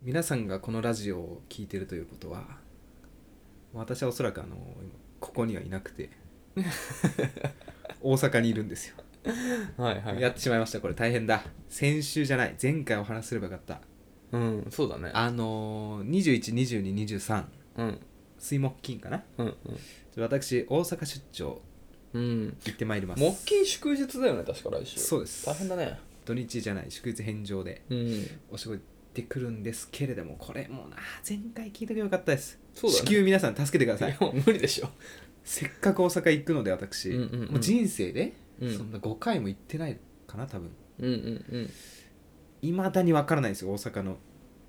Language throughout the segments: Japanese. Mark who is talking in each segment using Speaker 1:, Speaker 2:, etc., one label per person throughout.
Speaker 1: 皆さんがこのラジオを聞いてるということは私はおそらくあの今ここにはいなくて大阪にいるんですよ、
Speaker 2: はいはい
Speaker 1: やってしまいましたこれ大変だ先週じゃない前回お話しすればよかった
Speaker 2: うんそうだね
Speaker 1: あのー、212223
Speaker 2: うん
Speaker 1: 水木金かな
Speaker 2: うん
Speaker 1: 私大阪出張
Speaker 2: うんうん
Speaker 1: 行ってまいります
Speaker 2: 木金祝日だよね確か来週
Speaker 1: そうです
Speaker 2: 大変だね
Speaker 1: 土日じゃない祝日返上で
Speaker 2: うん
Speaker 1: お仕事行ってくるんですけれどもこれもうな前回聞いとけばよかったです
Speaker 2: そうだね
Speaker 1: 至急皆さん助けてくだ
Speaker 2: い
Speaker 1: さい
Speaker 2: やもう無理でしょ
Speaker 1: せっかく大阪行くので私、
Speaker 2: うんうんうん
Speaker 1: もう人生で
Speaker 2: うん
Speaker 1: そんな5回も行ってないかな多分
Speaker 2: うんうん
Speaker 1: いまだにわからないんですよ大阪の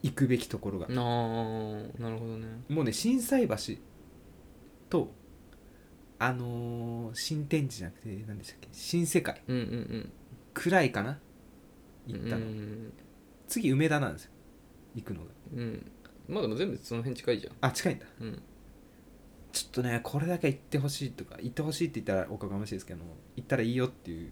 Speaker 1: 行くべきところが
Speaker 2: うんああなるほどね
Speaker 1: もうね心斎橋とあのー新天地じゃなくて何でしたっけ新世界
Speaker 2: うんうん
Speaker 1: くらいかな
Speaker 2: うん
Speaker 1: 行ったの、
Speaker 2: うん
Speaker 1: 次梅田なんですよ行くのが
Speaker 2: うんまあでも全部その辺近いじゃん
Speaker 1: あ近いんだ
Speaker 2: うん
Speaker 1: ちょっとねこれだけは行ってほしいとか行ってほしいって言ったらおかがましいですけど行ったらいいよっていう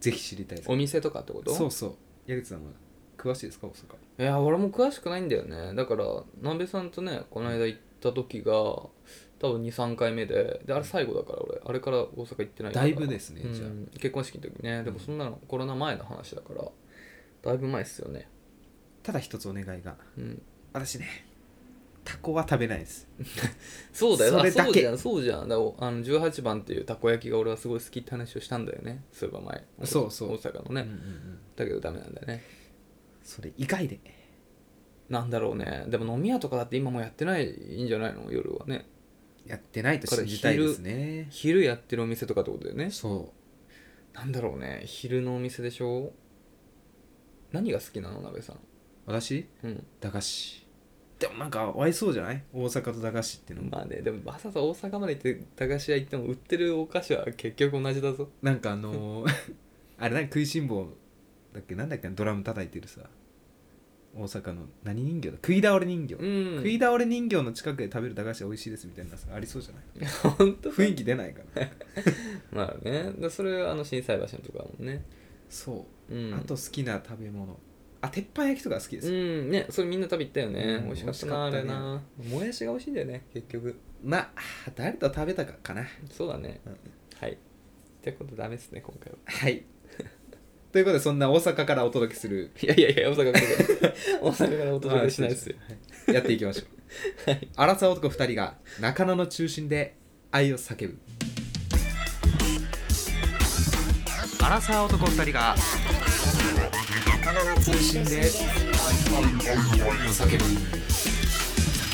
Speaker 1: ぜひ知りたいです
Speaker 2: お店とかってこと
Speaker 1: そうそう矢口さんは詳しいですか大阪
Speaker 2: いや俺も詳しくないんだよねだから南部さんとねこの間行った時が多分23回目でであれ最後だから俺あれから大阪行ってないから
Speaker 1: だいぶですね
Speaker 2: うん
Speaker 1: じゃあ
Speaker 2: 結婚式の時ねでもそんなのコロナ前の話だからだいぶ前っすよね
Speaker 1: ただ一つお願いが
Speaker 2: うん
Speaker 1: 私ねタコは食べないです
Speaker 2: そうだよ
Speaker 1: それだけ
Speaker 2: あうじゃんそうじゃんだからあの18番っていうたこ焼きが俺はすごい好きって話をしたんだよねそういえば前
Speaker 1: そうそう
Speaker 2: 大阪
Speaker 1: うん
Speaker 2: のね、
Speaker 1: うんうん
Speaker 2: だけどダメなんだよね
Speaker 1: それ以外で
Speaker 2: なんだろうねでも飲み屋とかだって今もうやってないんじゃないの夜はね
Speaker 1: やってないと信じたいですね
Speaker 2: 昼やってるお店とかってことだよね
Speaker 1: そ
Speaker 2: なんだろうね昼のお店でしょ何が好きなの鍋さん
Speaker 1: う私
Speaker 2: うん
Speaker 1: 駄菓子でもなんか合いそうじゃない大阪と駄菓子っていうのも
Speaker 2: まあねでもわざわざ大阪まで行って駄菓子屋行っても売ってるお菓子は結局同じだぞ
Speaker 1: なんかあのー あれ何食いしん坊だっけなんだっけドラム叩いてるさ大阪の何人形だ食い倒れ人形、
Speaker 2: ん
Speaker 1: 食い倒れ人形の近くで食べる駄菓子は美味しいですみたいなさありそうじゃない
Speaker 2: 本当
Speaker 1: 雰囲気出ないか な
Speaker 2: まあねでそれあの心斎橋のとこだもんね
Speaker 1: そうう、
Speaker 2: ん
Speaker 1: あと好きな食べ物あ鉄板焼きとか好きで
Speaker 2: う
Speaker 1: す、
Speaker 2: んねそれみんな食べ行ったよね、
Speaker 1: うん
Speaker 2: 美味しかっ
Speaker 1: 美味し
Speaker 2: たなあれ
Speaker 1: かったね
Speaker 2: なもやしが美味しいんだよね結局
Speaker 1: まあ誰と食べたかかな
Speaker 2: そうだね、
Speaker 1: うん
Speaker 2: はいってことダメですね今回は
Speaker 1: はい ということでそんな大阪からお届けする
Speaker 2: いやいやいや大阪から 大阪からお届けしないですよ
Speaker 1: はいやっていきましょう、
Speaker 2: は
Speaker 1: アラサー男2人が中野の中心で愛を叫ぶアラサー男2人が中野の中心で愛を叫ぶ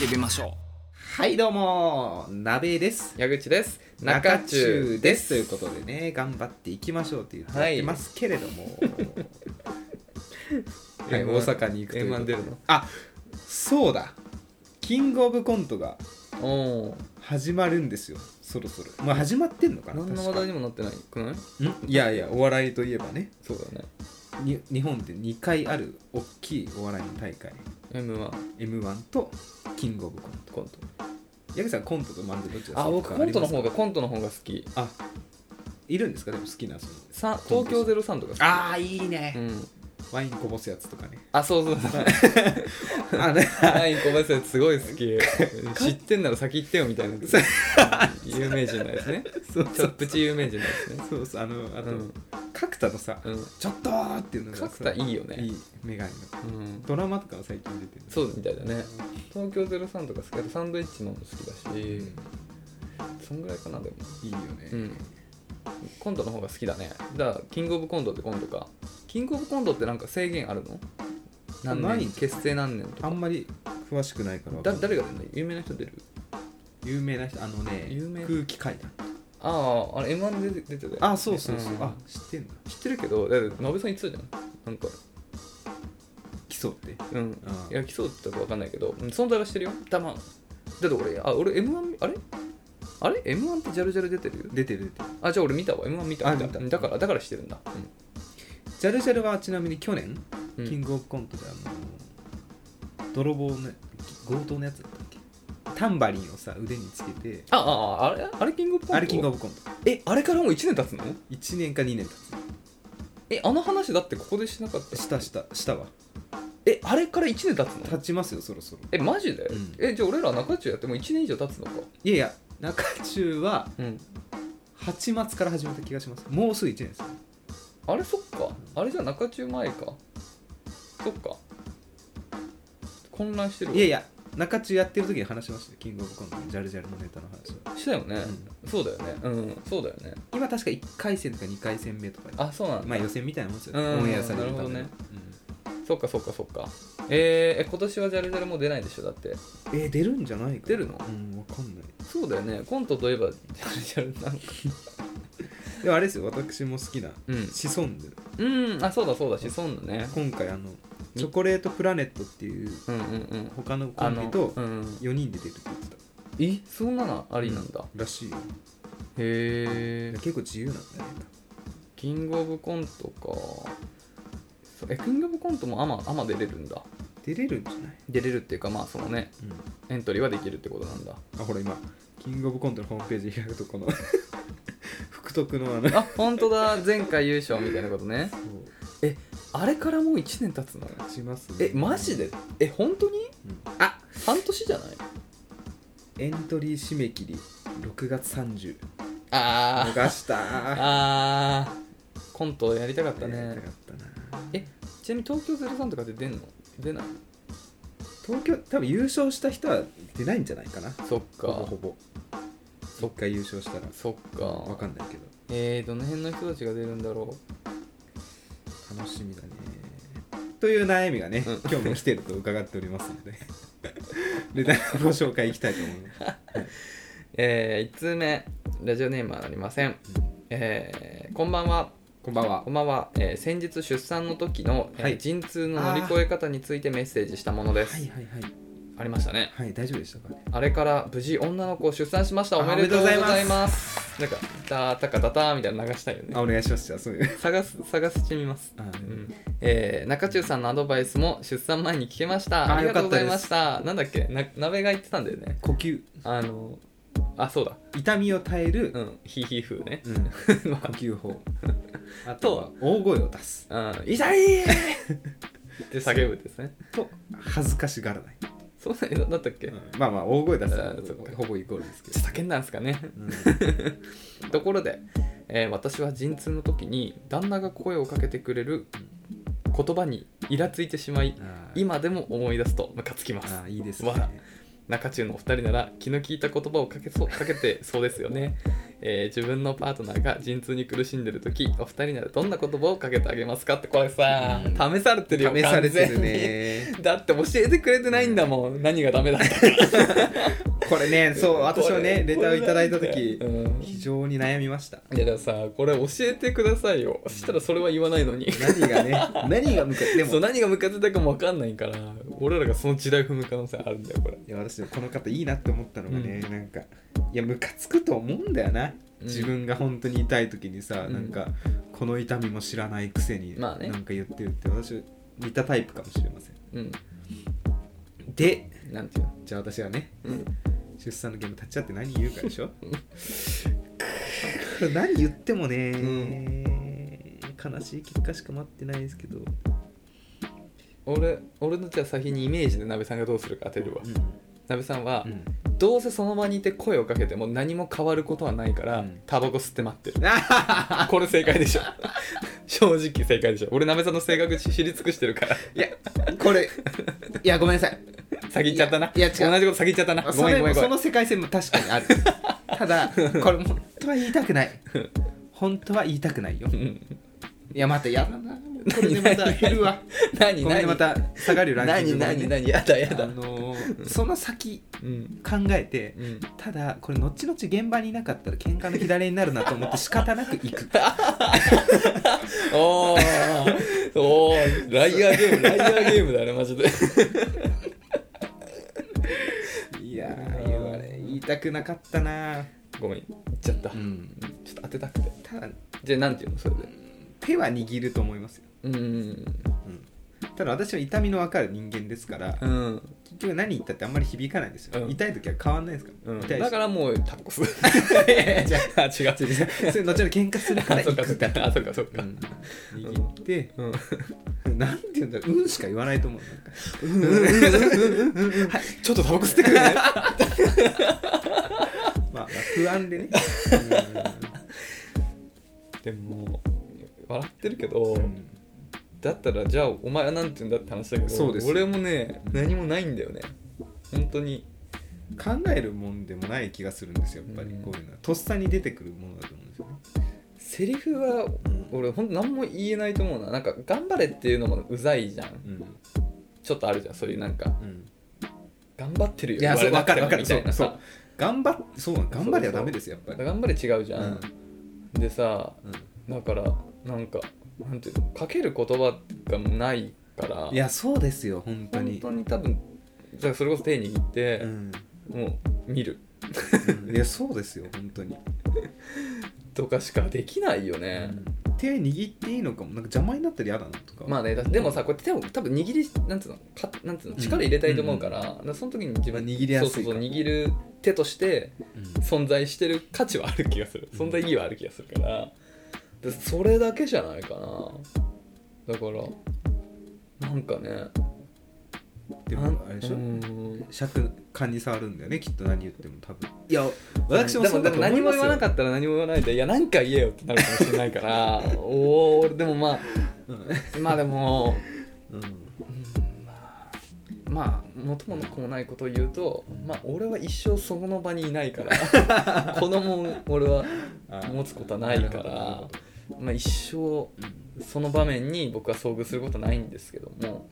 Speaker 2: 叫びましょ
Speaker 1: はいどうも鍋です
Speaker 2: う矢口です中中
Speaker 1: ですということでね頑張っていきましょうって言ってやってますけれど も、はい
Speaker 2: M1
Speaker 1: 大阪に行くということで
Speaker 2: M1 出るの
Speaker 1: あそうだキングオブコントが
Speaker 2: お
Speaker 1: 始まるんですよそろそろまあ始まってんのかな
Speaker 2: 何の話
Speaker 1: 確か
Speaker 2: 題にもなってないくない
Speaker 1: んいやいやお笑いといえばね
Speaker 2: そうだね
Speaker 1: に日本で2回ある大きいお笑いの大会
Speaker 2: M1
Speaker 1: m 1とキングオブコン
Speaker 2: コント
Speaker 1: ト八木さんコントと漫才どっちが
Speaker 2: あ
Speaker 1: 好き
Speaker 2: 僕
Speaker 1: とかあり
Speaker 2: コントの
Speaker 1: ます
Speaker 2: 方がコントの方が好き
Speaker 1: あいるんですかでも好きなその
Speaker 2: さ東京03とか好き
Speaker 1: ああいいね
Speaker 2: うん
Speaker 1: ワインこぼすやつとかね
Speaker 2: あそうそうそ う
Speaker 1: あね
Speaker 2: ライン小林さんすごい好 き知ってんなら先行ってよみたいなやつ有名人のやつね
Speaker 1: そう
Speaker 2: ちょっとプチ有名人のやつね
Speaker 1: そうそうあのあと、
Speaker 2: うん
Speaker 1: 角田のさ、
Speaker 2: うん
Speaker 1: ちょっとーっていうのがさ
Speaker 2: 角田いいよね
Speaker 1: いいメガネの
Speaker 2: うん
Speaker 1: ドラマとかは最近出てる
Speaker 2: そうみたいだね東京03とか好きだとサンドイッチマンも好きだしそんぐらいかなでも
Speaker 1: いいよね、
Speaker 2: うんコントの方が好きだねだからキングオブコントってコントかキングオブコントってなんか制限あるの何
Speaker 1: ない
Speaker 2: 年結成何年と
Speaker 1: あ
Speaker 2: か
Speaker 1: んまり詳しくないからわか
Speaker 2: だ
Speaker 1: んない
Speaker 2: 誰が出るの有名な人出る
Speaker 1: 有名な人あのね
Speaker 2: 有名
Speaker 1: 空気階段
Speaker 2: あああれ M1 で出てたよね
Speaker 1: あそうそうそう、
Speaker 2: ん
Speaker 1: あ知ってんだ
Speaker 2: 知ってるけどだってなべさん言ってたじゃんなんか
Speaker 1: 基礎って
Speaker 2: うん
Speaker 1: あ
Speaker 2: いやきそうって言ったか分かんないけどうん存在はしてるよたまだって俺あ俺 M1 あれあれ M1 ってジャルジャル出てるよ
Speaker 1: 出てる出てる
Speaker 2: あじゃあ俺見たわ M1 見た
Speaker 1: あ
Speaker 2: 見た
Speaker 1: 見た
Speaker 2: だからだからしてるんだ
Speaker 1: ジャルジャルはちなみに去年、
Speaker 2: うん
Speaker 1: キングオブコントであの泥棒の強盗のやつだったっけタンバリンをさ腕につけて
Speaker 2: ああああれあれキングオブコント
Speaker 1: あれキングオブコント
Speaker 2: えあれからもう1年経つの
Speaker 1: 1年か2年経
Speaker 2: えあの話だってここでしなかった
Speaker 1: つしたしたしたわ
Speaker 2: えあれから1年経つの
Speaker 1: 経ちますよそろそろ
Speaker 2: えマジで、
Speaker 1: ん
Speaker 2: えじゃあ俺ら中中やってもう1年以上経つのか
Speaker 1: いやいや中中は
Speaker 2: うん
Speaker 1: 8月から始めた気がしますもうすぐ1年です
Speaker 2: あれそっかあれじゃ中中前かそっか混乱してるわ
Speaker 1: いやいや中中やってる時に話しましたよキングオブコントのジャルジャルのネタの話は
Speaker 2: したよね、そうだよねうんそうだよね
Speaker 1: 今確か1回戦とか2回戦目とかで
Speaker 2: あそうなんだ、
Speaker 1: まあ予選みたいなもんですよ
Speaker 2: うん
Speaker 1: オンエアされるための
Speaker 2: なるほそっかそっかそっかえー、え今年はジャルジャルもう出ないでしょだって
Speaker 1: うんえー出るんじゃないか
Speaker 2: 出るの
Speaker 1: うんわかんない
Speaker 2: そうだよねコントといえばジャルジャルなんか
Speaker 1: でもあれですよ私も好きな
Speaker 2: うん
Speaker 1: シソンヌ
Speaker 2: うんあそうだそうだしそうだね
Speaker 1: 今回あのチョコレートプラネットっていう
Speaker 2: うんうんうん
Speaker 1: 他のコ
Speaker 2: あ
Speaker 1: ン
Speaker 2: の
Speaker 1: ビと
Speaker 2: うんうん、
Speaker 1: 4人で出るって言ってた
Speaker 2: えそんなのありなんだ、
Speaker 1: らしいよ
Speaker 2: へえ
Speaker 1: 結構自由なんだね
Speaker 2: キングオブコントかそうえキングオブコントもアマアマ出れるんだ
Speaker 1: 出れるんじゃない、
Speaker 2: 出れるっていうかまあそのね
Speaker 1: う
Speaker 2: エントリーはできるってことなんだ
Speaker 1: ん、あほら今キングオブコントのホームページ開くとこの 福徳のあの
Speaker 2: あ本当だ 前回優勝みたいなことねあれからもう1年経つの
Speaker 1: 勝ちますね
Speaker 2: えマジでえ本当に
Speaker 1: うん
Speaker 2: あ半年じゃない
Speaker 1: エントリー締め切り6月30
Speaker 2: あー
Speaker 1: 逃したー
Speaker 2: あーコントやりたかった
Speaker 1: やり
Speaker 2: ね
Speaker 1: たかったな
Speaker 2: えちなみに東京03とかって出んの出ない
Speaker 1: 東京多分優勝した人は出ないんじゃないかな
Speaker 2: そっ
Speaker 1: ほぼ
Speaker 2: か
Speaker 1: ほぼ
Speaker 2: そ
Speaker 1: 一
Speaker 2: っか
Speaker 1: 回優勝したら
Speaker 2: そっ
Speaker 1: わ
Speaker 2: か
Speaker 1: かんないけど
Speaker 2: えー、どの辺の人たちが出るんだろ
Speaker 1: 楽しみだねという悩みがね、
Speaker 2: うん
Speaker 1: 今日も来てると伺っておりますので レターのご紹介いきたいと思います
Speaker 2: うえー、1通目ラジオネームはなりませんえー、こんばんは
Speaker 1: こんばんは
Speaker 2: こんばんは、えー先日出産の時の、えー
Speaker 1: はい
Speaker 2: 陣痛の乗り越え方についてメッセージしたものです、
Speaker 1: はいはいはい
Speaker 2: ありましたね
Speaker 1: はい大丈夫でしたかね
Speaker 2: あれから無事女の子を出産しました
Speaker 1: あ
Speaker 2: おめでとうござい
Speaker 1: おめ
Speaker 2: ます
Speaker 1: でとうござい
Speaker 2: なんかダータカダターみたいなの流したいよね
Speaker 1: あお願いしますじゃあそういう
Speaker 2: 探す探してみます
Speaker 1: あ
Speaker 2: うんえー中中さんのアドバイスも出産前に聞けました
Speaker 1: あ
Speaker 2: ありがとうござい
Speaker 1: よかった
Speaker 2: ま
Speaker 1: で
Speaker 2: し
Speaker 1: す
Speaker 2: たなんだっけな鍋が言ってたんだよね
Speaker 1: 呼吸
Speaker 2: あのあそうだ
Speaker 1: 痛みを耐える、
Speaker 2: うんヒーヒー風ね
Speaker 1: うん
Speaker 2: ま
Speaker 1: 呼吸法 あ
Speaker 2: と
Speaker 1: と
Speaker 2: は
Speaker 1: は大声を出す
Speaker 2: あうん
Speaker 1: 痛い
Speaker 2: って叫ぶですね
Speaker 1: と恥ずかしがらない、
Speaker 2: そうだよだったっけ、
Speaker 1: まあまあ大声出すのは
Speaker 2: あーそっか
Speaker 1: ほぼイコールですけど
Speaker 2: ちょっと叫んだんですかね
Speaker 1: うん
Speaker 2: ところで、えー私は陣痛の時に旦那が声をかけてくれる言葉にイラついてしまい
Speaker 1: あー
Speaker 2: 今でも思い出すとムカつきます
Speaker 1: あーいいです
Speaker 2: わら中中のお二人なら気の利いた言葉をかけそうかけてそうですよね、えー自分のパートナーが陣痛に苦しんでる時お二人ならどんな言葉をかけてあげますかってこれさ、
Speaker 1: うん
Speaker 2: 試されてるよ
Speaker 1: 試されて
Speaker 2: 完
Speaker 1: る
Speaker 2: 全に
Speaker 1: ね
Speaker 2: だって教えてくれてないんだもん、何がダメだったか
Speaker 1: これねそう私はね
Speaker 2: こ
Speaker 1: レ
Speaker 2: れ
Speaker 1: ターをいただいた時
Speaker 2: うん
Speaker 1: 非常に悩みました
Speaker 2: いやだからさこれ教えてくださいよそしたらそれは言わないのに
Speaker 1: 何がね何が向かで
Speaker 2: そ
Speaker 1: も
Speaker 2: う何がムカついたかも分かんないから俺らがその時代踏む可能性あるんだよこ
Speaker 1: い
Speaker 2: れ
Speaker 1: や私でもこの方いいなって思ったのがね、なんかいやムカつくと思うんだよな、
Speaker 2: うん
Speaker 1: 自分が本当に痛い時にさ、
Speaker 2: うん
Speaker 1: なんかこの痛みも知らないくせに
Speaker 2: まあ
Speaker 1: な
Speaker 2: ね
Speaker 1: んか言ってるって、私似たタイプかもしれません
Speaker 2: うん
Speaker 1: で
Speaker 2: なんていうの
Speaker 1: じゃあ私はね
Speaker 2: うん
Speaker 1: 出産の現場立ち会って何言うかで しょこれ何言ってもね、悲しい結果しか待ってないですけど、
Speaker 2: 俺俺のじゃあ先にイメージで鍋さんがどうするか当てるわ、鍋さんは、
Speaker 1: うん
Speaker 2: どうせその場にいて声をかけても何も変わることはないから、
Speaker 1: うん
Speaker 2: タバコ吸って待ってるこれ正解で しょ正直正解でしょ俺鍋さんの性格知り尽くしてるから
Speaker 1: いやこれいやごめんなさい
Speaker 2: 先行っちゃったない
Speaker 1: やいや違う
Speaker 2: 同じこと先行っちゃったなご
Speaker 1: そ
Speaker 2: めん
Speaker 1: れ
Speaker 2: ごめんごめ
Speaker 1: そ
Speaker 2: ん
Speaker 1: の世界線も確かにある ただこれ本当は言いたくない本当は言いたくないよ
Speaker 2: うん
Speaker 1: いやまたやだなもうこれでまた減る わ
Speaker 2: 何
Speaker 1: ごめん
Speaker 2: 何
Speaker 1: ねまた下がるよランキン
Speaker 2: 何
Speaker 1: グ
Speaker 2: 何何やだや
Speaker 1: あ
Speaker 2: だ
Speaker 1: のーその先
Speaker 2: うん
Speaker 1: 考えて
Speaker 2: うん
Speaker 1: ただこれ後々現場にいなかったら喧嘩の火種になるなと思って仕方なく行く
Speaker 2: おーおーライアーゲームライアーゲームだねマジで
Speaker 1: いやー言われ言いたくなかったな、
Speaker 2: ごめん言っちゃった、
Speaker 1: ん、
Speaker 2: ちょっと当てたくて
Speaker 1: ただ
Speaker 2: じゃあなんていうのそれで
Speaker 1: 手は握ると思いますよ、
Speaker 2: うん
Speaker 1: うん、ただ私は痛みの分かる人間ですから
Speaker 2: うん、
Speaker 1: 結局何言ったってあんまり響かないんですよ、
Speaker 2: うん
Speaker 1: 痛い時は変わんないですから、
Speaker 2: うん、
Speaker 1: 痛いし
Speaker 2: だからもうタッコ ス
Speaker 1: じゃ
Speaker 2: あ違う違う違う
Speaker 1: それ後々喧嘩するか
Speaker 2: あ
Speaker 1: ら
Speaker 2: そ
Speaker 1: 行
Speaker 2: うかそ
Speaker 1: く
Speaker 2: うかあそうかそうか
Speaker 1: うん握って
Speaker 2: うん
Speaker 1: なんて言うんだろううんしか言わないと思うなんか
Speaker 2: ちょっとタバコ吸ってく るね
Speaker 1: まあまあ不安 でね
Speaker 2: でも笑ってるけど
Speaker 1: うんうん
Speaker 2: だったらじゃあお前はなんて言うんだって話だけど
Speaker 1: そうです
Speaker 2: 俺もね何もないんだよね本当に
Speaker 1: 考えるもんでもない気がするんですよやっぱり
Speaker 2: うん
Speaker 1: こういうのはとっさに出てくるものだと思うんですよね
Speaker 2: セリフは俺ほんと何も言えないと思うななんか「頑張れ」っていうのもうざいじゃん
Speaker 1: うん
Speaker 2: ちょっとあるじゃんそういうなんか
Speaker 1: うん
Speaker 2: 「頑張ってるよ」
Speaker 1: いやそう
Speaker 2: 言われなくても
Speaker 1: わかるわかる
Speaker 2: みたいな
Speaker 1: そう
Speaker 2: さ
Speaker 1: 頑張っそうなの頑張りはダメですよやっぱ
Speaker 2: だか
Speaker 1: り
Speaker 2: ら頑張れ違うじゃん、でさ
Speaker 1: うん
Speaker 2: だからなんかなんていうのかける言葉がないから
Speaker 1: いやそうですよ本当
Speaker 2: 本
Speaker 1: に
Speaker 2: 当に多分だからそれこそ手握って
Speaker 1: う、ん
Speaker 2: もう見る
Speaker 1: うんいやそうですよ本当に
Speaker 2: とかしかできないよね、
Speaker 1: 手握っていいのかもなんか邪魔になったら嫌だなとか
Speaker 2: まあねだでもさこうやって手を多分握りなんつうのかなんつうの力入れたいと思うから,、その時に自分
Speaker 1: 握りやすい
Speaker 2: そうそうそう
Speaker 1: から
Speaker 2: 握る手として
Speaker 1: うん
Speaker 2: 存在してる価値はある気がする
Speaker 1: うん
Speaker 2: 存在意義はある気がするからでそれだけじゃないかなだからなんかね
Speaker 1: でもあれでしょ
Speaker 2: うん
Speaker 1: 尺感に触るんだよねきっと何言っても多分いや私も
Speaker 2: で
Speaker 1: そ
Speaker 2: も
Speaker 1: うだ
Speaker 2: でも
Speaker 1: と思いますよ
Speaker 2: 何も言わなかったら何も言わないでいやなんか言えよってなるかもしれないから おおでもまあまあでも
Speaker 1: うん
Speaker 2: うんまあまあ元も子もないことを言うとまあ俺は一生その場にいないから 子供を俺は持つことはないか
Speaker 1: なるほ
Speaker 2: らまあ一生その場面に僕は遭遇することはないんですけども
Speaker 1: ど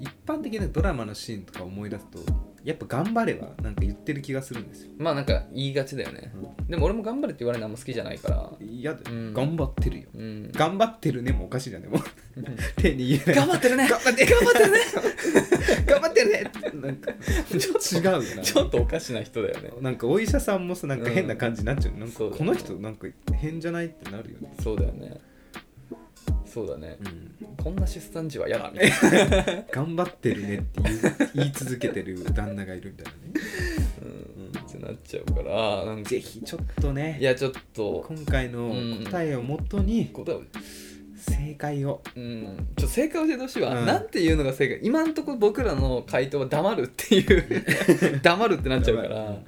Speaker 1: 一般的なドラマのシーンとか思い出すとやっぱ頑張ればなんか言ってる気がするんですよ
Speaker 2: まあなんか言いがちだよねでも俺も頑張れって言われるのあんま好きじゃないから
Speaker 1: いやだよ
Speaker 2: うん
Speaker 1: 頑張ってるよ
Speaker 2: うん
Speaker 1: 頑張ってるねもおかしいじゃんねもう
Speaker 2: うん
Speaker 1: 手握れない
Speaker 2: 頑張ってるね
Speaker 1: 頑張って頑張ってるね頑張ってるねってなんか
Speaker 2: ち
Speaker 1: 違
Speaker 2: ょ
Speaker 1: う
Speaker 2: っと
Speaker 1: よな
Speaker 2: ちょっとおかしな人だよね
Speaker 1: なんかお医者さんもさなんか変な感じになっちゃう、なん
Speaker 2: そ
Speaker 1: か
Speaker 2: うだね
Speaker 1: この人なんか変じゃないってなるよね、
Speaker 2: そうだよねそうだね
Speaker 1: うん、
Speaker 2: こんな出産時は嫌だみ たいな
Speaker 1: 頑張ってるねって言う言い続けてる旦那がいるみたいなね、
Speaker 2: うんってなっちゃうからなんか
Speaker 1: ぜひちょっとね
Speaker 2: いやちょっと
Speaker 1: 今回の答えをもとに
Speaker 2: 答えを
Speaker 1: 正解を、
Speaker 2: うんちょっと正解教えてほしいわ、
Speaker 1: うん
Speaker 2: なんていうのが正解今んとこ僕らの回答は黙るっていう黙るってなっちゃうから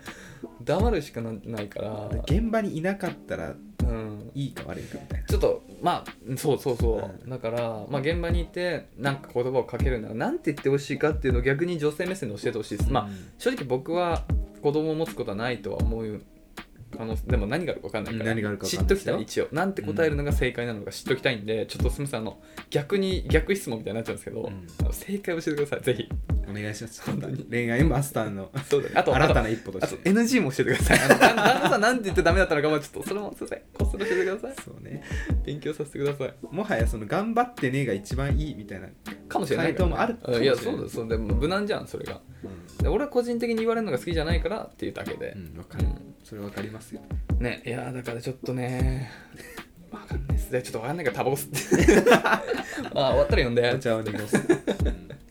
Speaker 2: 黙るしかなないから、
Speaker 1: 現場にいなかったら
Speaker 2: うん、
Speaker 1: いいか悪いかみたいな
Speaker 2: ちょっとまあそうそうそう、
Speaker 1: うん
Speaker 2: だから、まあ、現場にいてなんか言葉をかけるならなんて言ってほしいかっていうのを逆に女性目線で教えてほしいです、まあ正直僕は子供を持つことはないとは思う可能性でも何があるか分かんないから
Speaker 1: 何があるか分
Speaker 2: 知
Speaker 1: か
Speaker 2: っ
Speaker 1: んな
Speaker 2: と
Speaker 1: いで
Speaker 2: き
Speaker 1: す
Speaker 2: た
Speaker 1: よ
Speaker 2: い一応なんて答えるのが正解なのか知っときたいんで、ちょっとすみませんあの逆に逆質問みたいになっちゃうんですけど、
Speaker 1: うん
Speaker 2: あの正解を教えてくださいぜひ
Speaker 1: お願いします
Speaker 2: 本当に
Speaker 1: 恋愛マスターの
Speaker 2: そうだねあと
Speaker 1: 新た
Speaker 2: あと
Speaker 1: な一歩と
Speaker 2: あ
Speaker 1: し
Speaker 2: と
Speaker 1: て
Speaker 2: NG も教えてくださいあの旦旦那さんなんて言ってダメだったのかもちょっとそれもすいませんこっそり教えてください
Speaker 1: そうね
Speaker 2: 勉強させてください
Speaker 1: もはやその頑張ってねが一番いいみたいな、
Speaker 2: かもしれないか
Speaker 1: 回
Speaker 2: ら
Speaker 1: 答もあるかもしれ
Speaker 2: う
Speaker 1: な
Speaker 2: ん
Speaker 1: い
Speaker 2: いやそうだそうだでも無難じゃんそれがで俺は個人的に言われるのが好きじゃないからっていうだけで
Speaker 1: う、んわかる、
Speaker 2: うん
Speaker 1: それわかりますよ
Speaker 2: ねいやーだからちょっとねわかんないっすねちょっとわかんないからタバコ吸って まあ終わったら呼ん
Speaker 1: お
Speaker 2: で
Speaker 1: 茶を濁す、うん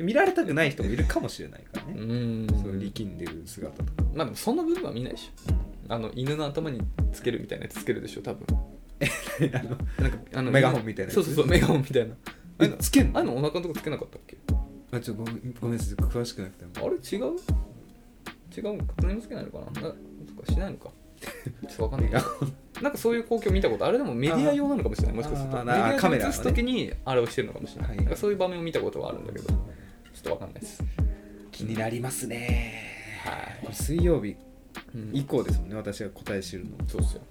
Speaker 1: 見られたくない人もいるかもしれないから
Speaker 2: う
Speaker 1: ね、
Speaker 2: ん
Speaker 1: そう力んでる姿とか、
Speaker 2: まあでもその部分は見ないでしょあの犬の頭につけるみたいなやつつけるでしょ多分
Speaker 1: あの
Speaker 2: なんかあの
Speaker 1: メガホンみたいなやつ
Speaker 2: そうそうそうメガホンみたいなあ
Speaker 1: え
Speaker 2: の
Speaker 1: つけん
Speaker 2: あ
Speaker 1: の
Speaker 2: のお腹のとこつけなかったっけ
Speaker 1: あちょごめんごめんなさい詳しくなくても
Speaker 2: あれ違う違うか何もつけないのかななそっかしないのかちょっとわかんない
Speaker 1: メガ
Speaker 2: ななんかそういう光景見たことあれでもメディア用なのかもしれないもしかすると
Speaker 1: あー
Speaker 2: メディア
Speaker 1: カメラ
Speaker 2: で
Speaker 1: は
Speaker 2: 映
Speaker 1: ね
Speaker 2: す時にあれをしてるのかもしれない、
Speaker 1: はいはい
Speaker 2: なんかそういう場面を見たことはあるんだけどちょっとわかんないです
Speaker 1: 気になりますね
Speaker 2: はい、
Speaker 1: 水曜日
Speaker 2: うん
Speaker 1: 以降ですもんね私が答え知るの
Speaker 2: そうっすよ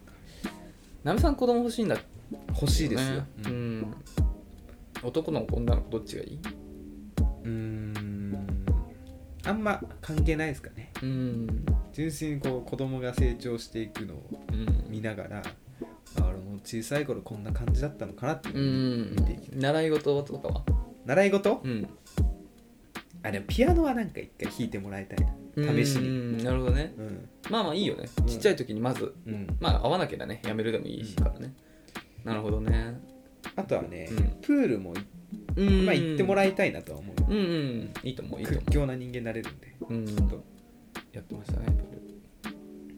Speaker 2: ナミさん子供欲しいんだって
Speaker 1: 欲しいですよ
Speaker 2: ねうん、男の子女の子どっちがいい
Speaker 1: うんんあんま関係ないですかね
Speaker 2: うん、
Speaker 1: 純粋にこう子供が成長していくのを
Speaker 2: うん
Speaker 1: 見ながらあ俺も小さい頃こんな感じだったのかなっていう
Speaker 2: う
Speaker 1: のを見ていきたい、
Speaker 2: ん、習い事とかは
Speaker 1: 習い事
Speaker 2: うん
Speaker 1: あでもピアノはなんか一回弾いてもらいたいな試し
Speaker 2: う
Speaker 1: に
Speaker 2: んなるほどね
Speaker 1: うん、
Speaker 2: まあまあいいよね
Speaker 1: うん
Speaker 2: ちっちゃい時にまず
Speaker 1: うん、
Speaker 2: まあ合わなきゃだねやめるでもいいしからね、なるほどね
Speaker 1: あとはね、
Speaker 2: うん
Speaker 1: プールも
Speaker 2: うん
Speaker 1: まあ言っても
Speaker 2: え
Speaker 1: らいたいなとは思う
Speaker 2: うんうんいいと思ういいと
Speaker 1: 屈
Speaker 2: 思
Speaker 1: 強な人間になれるんで
Speaker 2: ううん
Speaker 1: ちょっと
Speaker 2: やってましたね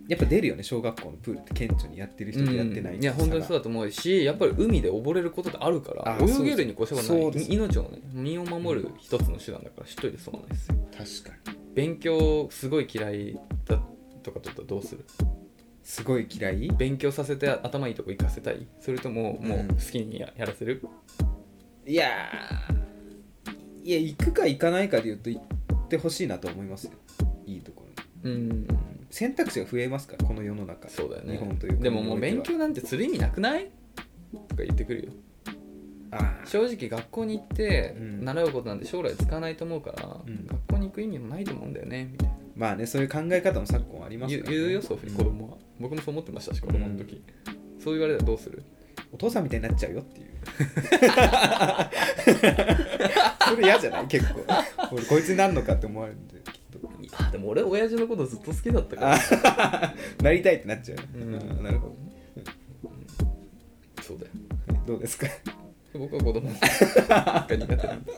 Speaker 1: やっぱ出るよね小学校のプールって顕著にやってる人とやってない人
Speaker 2: うんいや本当にそうだと思うしやっぱり海で溺れることってあるから
Speaker 1: あ
Speaker 2: 泳げるに越しは
Speaker 1: そう
Speaker 2: な
Speaker 1: です
Speaker 2: い命をね身を守る一つの手段だから知っといて損はないですよ
Speaker 1: 確かに
Speaker 2: 勉強すごい嫌いだとかだったらどうする
Speaker 1: すごい嫌い
Speaker 2: 勉強させて頭いいとこ行かせたいそれともも
Speaker 1: うん
Speaker 2: う好きにや,、やらせる
Speaker 1: いやーいや行くか行かないかで言うと行ってほしいなと思いますよいいところに
Speaker 2: うん
Speaker 1: 選択肢が増えますからこの世の中
Speaker 2: そうだよね
Speaker 1: 日本という国
Speaker 2: でももう
Speaker 1: におい
Speaker 2: 勉
Speaker 1: ては
Speaker 2: 強なんてする意味なくないとか言ってくるよ
Speaker 1: あー
Speaker 2: 正直学校に行って
Speaker 1: うん
Speaker 2: 習うことなんて将来使わないと思うから、
Speaker 1: うん
Speaker 2: 学校に行く意味もないと思うんだよねみたいな
Speaker 1: まあねそういう考え方も昨今あります
Speaker 2: 言
Speaker 1: か
Speaker 2: う
Speaker 1: ら、ね、
Speaker 2: 言うよそういうふうに子供は、僕もそう思ってましたし子供の時、そう言われたらどうする
Speaker 1: お父さんみたいになっちゃうよっていう それ嫌じゃない結構俺こいつになるのかって思われるんできっと
Speaker 2: いやでも俺親父のことずっと好きだったから
Speaker 1: あなりたいってなっちゃう、
Speaker 2: うん
Speaker 1: うんなるほど
Speaker 2: そうだよ
Speaker 1: どうですか
Speaker 2: 僕は子供が苦手なんで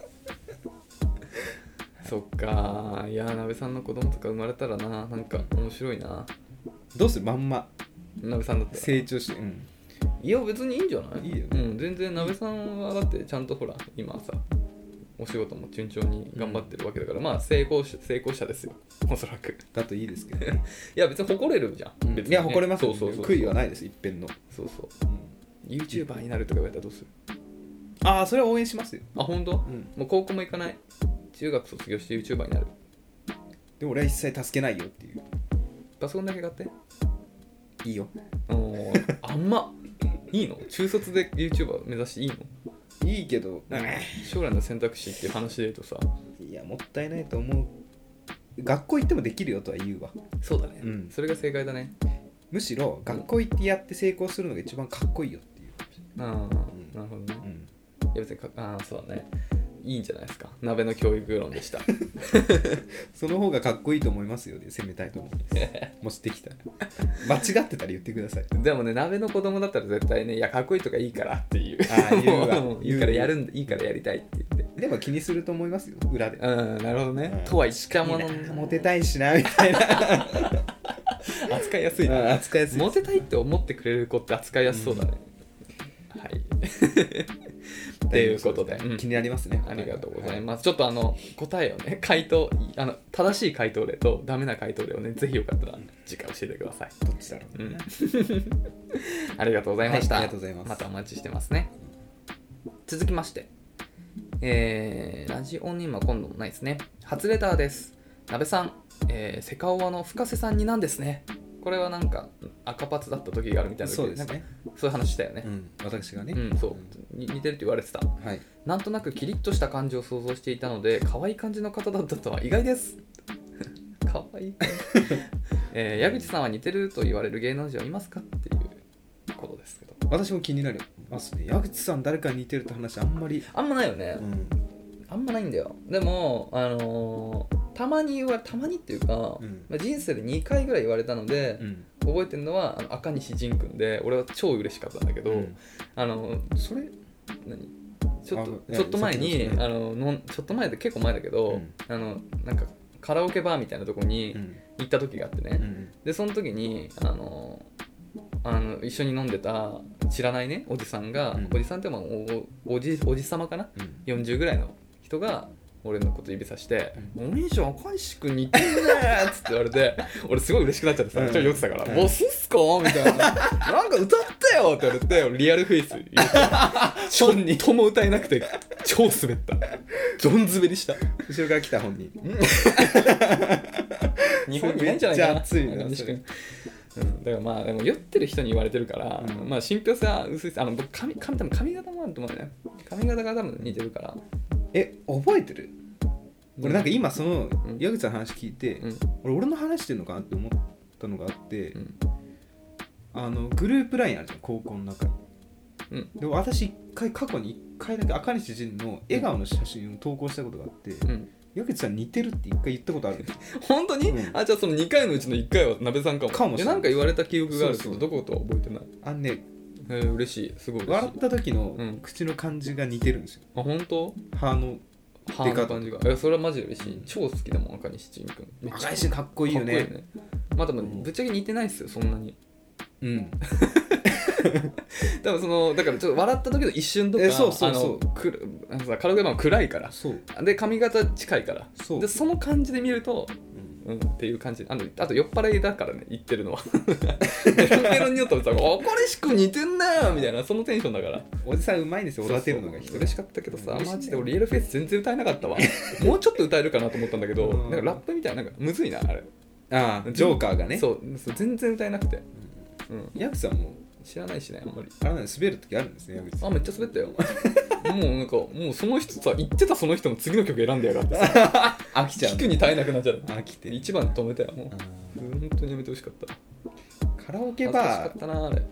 Speaker 2: そっかいやー鍋さんの子供とか生まれたらななんか面白いな
Speaker 1: どうするまんま
Speaker 2: 鍋さんだったら
Speaker 1: 成長して、うん、
Speaker 2: いや別にいいんじゃない
Speaker 1: いいよね
Speaker 2: うん、全然鍋さんはだってちゃんとほら今さお仕事も順調に頑張ってるわけだから、まあ成功し成功者ですよおそらく
Speaker 1: だといいですけど、ね
Speaker 2: いや別に誇れるじゃん、別に
Speaker 1: い
Speaker 2: ね
Speaker 1: や誇れます
Speaker 2: そ
Speaker 1: よ
Speaker 2: うそうそう
Speaker 1: 悔いはないです一遍の、
Speaker 2: そうそう YouTuber になるとか言われたらどうする
Speaker 1: ああそれは応援しますよ、
Speaker 2: あ本当、
Speaker 1: ん、
Speaker 2: もう高校も行かない中学卒業して YouTuber になる
Speaker 1: でも俺は一切助けないよっていう
Speaker 2: パソコンだけ買って
Speaker 1: いいよ
Speaker 2: おーあんまいいの中卒で YouTuber 目指していいの
Speaker 1: いいけど、
Speaker 2: 将来の選択肢っていう話で言うとさ
Speaker 1: いやもったいないと思う学校行ってもできるよとは言うわ
Speaker 2: そうだね
Speaker 1: うん
Speaker 2: それが正解だね
Speaker 1: むしろ学校行ってやって成功するのが一番かっこいいよっていう、
Speaker 2: ああ、
Speaker 1: ん
Speaker 2: なるほどね
Speaker 1: うん、
Speaker 2: いや別にかああそうだねいいんじゃないですか鍋の教育論で した
Speaker 1: その方がかっこいいと思いますよで攻めたいと思いますもしでき たら間違ってたら言ってください
Speaker 2: でもね鍋の子供だったら絶対ねいやかっこいいとかいいからっていう
Speaker 1: ああ 言うわ
Speaker 2: もいいからやるんだいいからやりたいって言って
Speaker 1: でも気にすると思いますよ裏で
Speaker 2: うんなるほどね、
Speaker 1: うん
Speaker 2: とは言ったもの
Speaker 1: いいな
Speaker 2: の
Speaker 1: モテたいしなみたいな
Speaker 2: 扱いやすいな
Speaker 1: うん扱いやすい
Speaker 2: モテたいって思ってくれる子って扱いやすそうだね、はいっていうことでうん
Speaker 1: 気になりますね、
Speaker 2: ありがとうございます、ちょっとあの答えをね回答あの正しい回答例とダメな回答例をねぜひよかったら次回教えてください
Speaker 1: すどっちだろうな、
Speaker 2: うん ありがとうございました、
Speaker 1: はいありがとうございます
Speaker 2: またお待ちしてますね続きましてえーラジオには今度もないですね初レターです鍋さん、えーセカオワの深瀬さんになんですねこれはなんか赤パツだった時があるみたいな
Speaker 1: そうです
Speaker 2: なんか
Speaker 1: ね、
Speaker 2: そういう話したよね
Speaker 1: うん、私がね、
Speaker 2: うん、そうに似てるって言われてた
Speaker 1: はい
Speaker 2: なんとなくキリッとした感じを想像していたので可愛い感じの方だったとは意外です 可愛い 感じ、えー矢口さんは似てると言われる芸能人はいますかっていうことですけど
Speaker 1: 私も気になりますね矢口さん誰かに似てるって話あんまり、
Speaker 2: あんまないよね、
Speaker 1: うん
Speaker 2: あんまないんだよでもあのーたまにはたまにっていうか、
Speaker 1: うん
Speaker 2: まあ、人生で2回ぐらい言われたので、
Speaker 1: うん
Speaker 2: 覚えてるのはあの赤西仁君で俺は超嬉しかったんだけど、
Speaker 1: うん
Speaker 2: あの
Speaker 1: それ
Speaker 2: 何ちょっ
Speaker 1: あ
Speaker 2: と
Speaker 1: え
Speaker 2: ちょっと前に
Speaker 1: 先ほど
Speaker 2: あののんちょっと前で結構前だけど、
Speaker 1: うん
Speaker 2: あのなんかカラオケバーみたいなとこに
Speaker 1: うん
Speaker 2: 行った時があってね、
Speaker 1: うん
Speaker 2: でその時にあのあの一緒に飲んでた知らないねおじさんが、
Speaker 1: うん
Speaker 2: おじさんってまあおおじおじ様かな
Speaker 1: うん
Speaker 2: 40ぐらいの人が俺のこと指さして「お兄ちゃん赤石君似てるね」っつって言わ れて俺すごい嬉しくなっちゃってさ、
Speaker 1: うん
Speaker 2: ちょっと酔ってたから「
Speaker 1: うん
Speaker 2: ボスっすか?」みたいな「なんか歌ってよ」って言われて俺リアルフェイス 入れてちょっとも歌えなくて超滑ったどん滑りした
Speaker 1: 後ろから来た本人
Speaker 2: 日本にいないんじゃないかな
Speaker 1: めっちゃ熱いな
Speaker 2: 赤石
Speaker 1: それ
Speaker 2: 君うん、だからまあでも酔ってる人に言われてるから、
Speaker 1: うん
Speaker 2: まあ信憑性は薄いですあの僕髪髪多分髪型もあると思うね髪型が多分似てるから
Speaker 1: え覚えてる俺なんか今その
Speaker 2: うん
Speaker 1: 矢口さんの話聞いて、
Speaker 2: うん
Speaker 1: 俺俺の話してんのかなって思ったのがあって、
Speaker 2: うん
Speaker 1: あのグループラインあるじゃん高校の中に、
Speaker 2: うん
Speaker 1: でも私一回過去に一回だけ赤西仁の笑顔の写真を投稿したことがあって、
Speaker 2: うん
Speaker 1: 矢口さん似てるって一回言ったことある
Speaker 2: 本当に、
Speaker 1: うん
Speaker 2: あじゃあその2回のうちの1回は鍋さんかも
Speaker 1: かもしれない
Speaker 2: えなんか言われた記憶があるけ
Speaker 1: そ
Speaker 2: ど
Speaker 1: うそう
Speaker 2: どことは覚えてない
Speaker 1: あのね
Speaker 2: えー、嬉しいすごい嬉しい
Speaker 1: 笑った時の
Speaker 2: うん
Speaker 1: 口の感じが似てるんですよ、
Speaker 2: あ本当
Speaker 1: 歯の
Speaker 2: 歯の感じがいやそれはマジで嬉しい超好きだもん赤西仁君めっちゃ
Speaker 1: 赤石かっこいいよね
Speaker 2: かっこいいよまあでもぶっちゃけ似てないっすよそんなに
Speaker 1: うん
Speaker 2: 多分そのだからちょっと笑った時の一瞬とか
Speaker 1: えそうそうそう
Speaker 2: あのくるあのさカラオケ版は暗いから
Speaker 1: そう、
Speaker 2: で髪型近いから
Speaker 1: そう
Speaker 2: でその感じで見ると
Speaker 1: うん
Speaker 2: うんっていう感じあのあと酔っ払いだからね言ってるのはペロペロに酔ったらさ「お彼氏君似てんなよ」みたいなそのテンションだから
Speaker 1: おじさんうまいんですよおだてるのが
Speaker 2: そう
Speaker 1: 一
Speaker 2: そう
Speaker 1: 人
Speaker 2: 嬉しかったけどさ
Speaker 1: 嬉しいね
Speaker 2: マジで俺リアルフェイス全然歌えなかったわもうちょっと歌えるかなと思ったんだけど
Speaker 1: うん
Speaker 2: なんかラップみたいななんかむずいなあれ
Speaker 1: ああジョーカーがね
Speaker 2: そうそう全然歌えなくて、うん、
Speaker 1: 矢口さんも
Speaker 2: 知らないしねあんまり
Speaker 1: あれなんです滑る時あるんですね矢口さ
Speaker 2: あ
Speaker 1: ん
Speaker 2: めっちゃ滑ったよもうなんかもうその人さ言ってたその人も次の曲選んでやがってさ
Speaker 1: 飽きちゃう
Speaker 2: 聞くに耐えなくなっちゃった
Speaker 1: 飽きて
Speaker 2: 一番止めたよも
Speaker 1: あ
Speaker 2: う本当にやめてほしかった
Speaker 1: ーカラオケ
Speaker 2: 恥ずかしか
Speaker 1: バー
Speaker 2: ったなあれ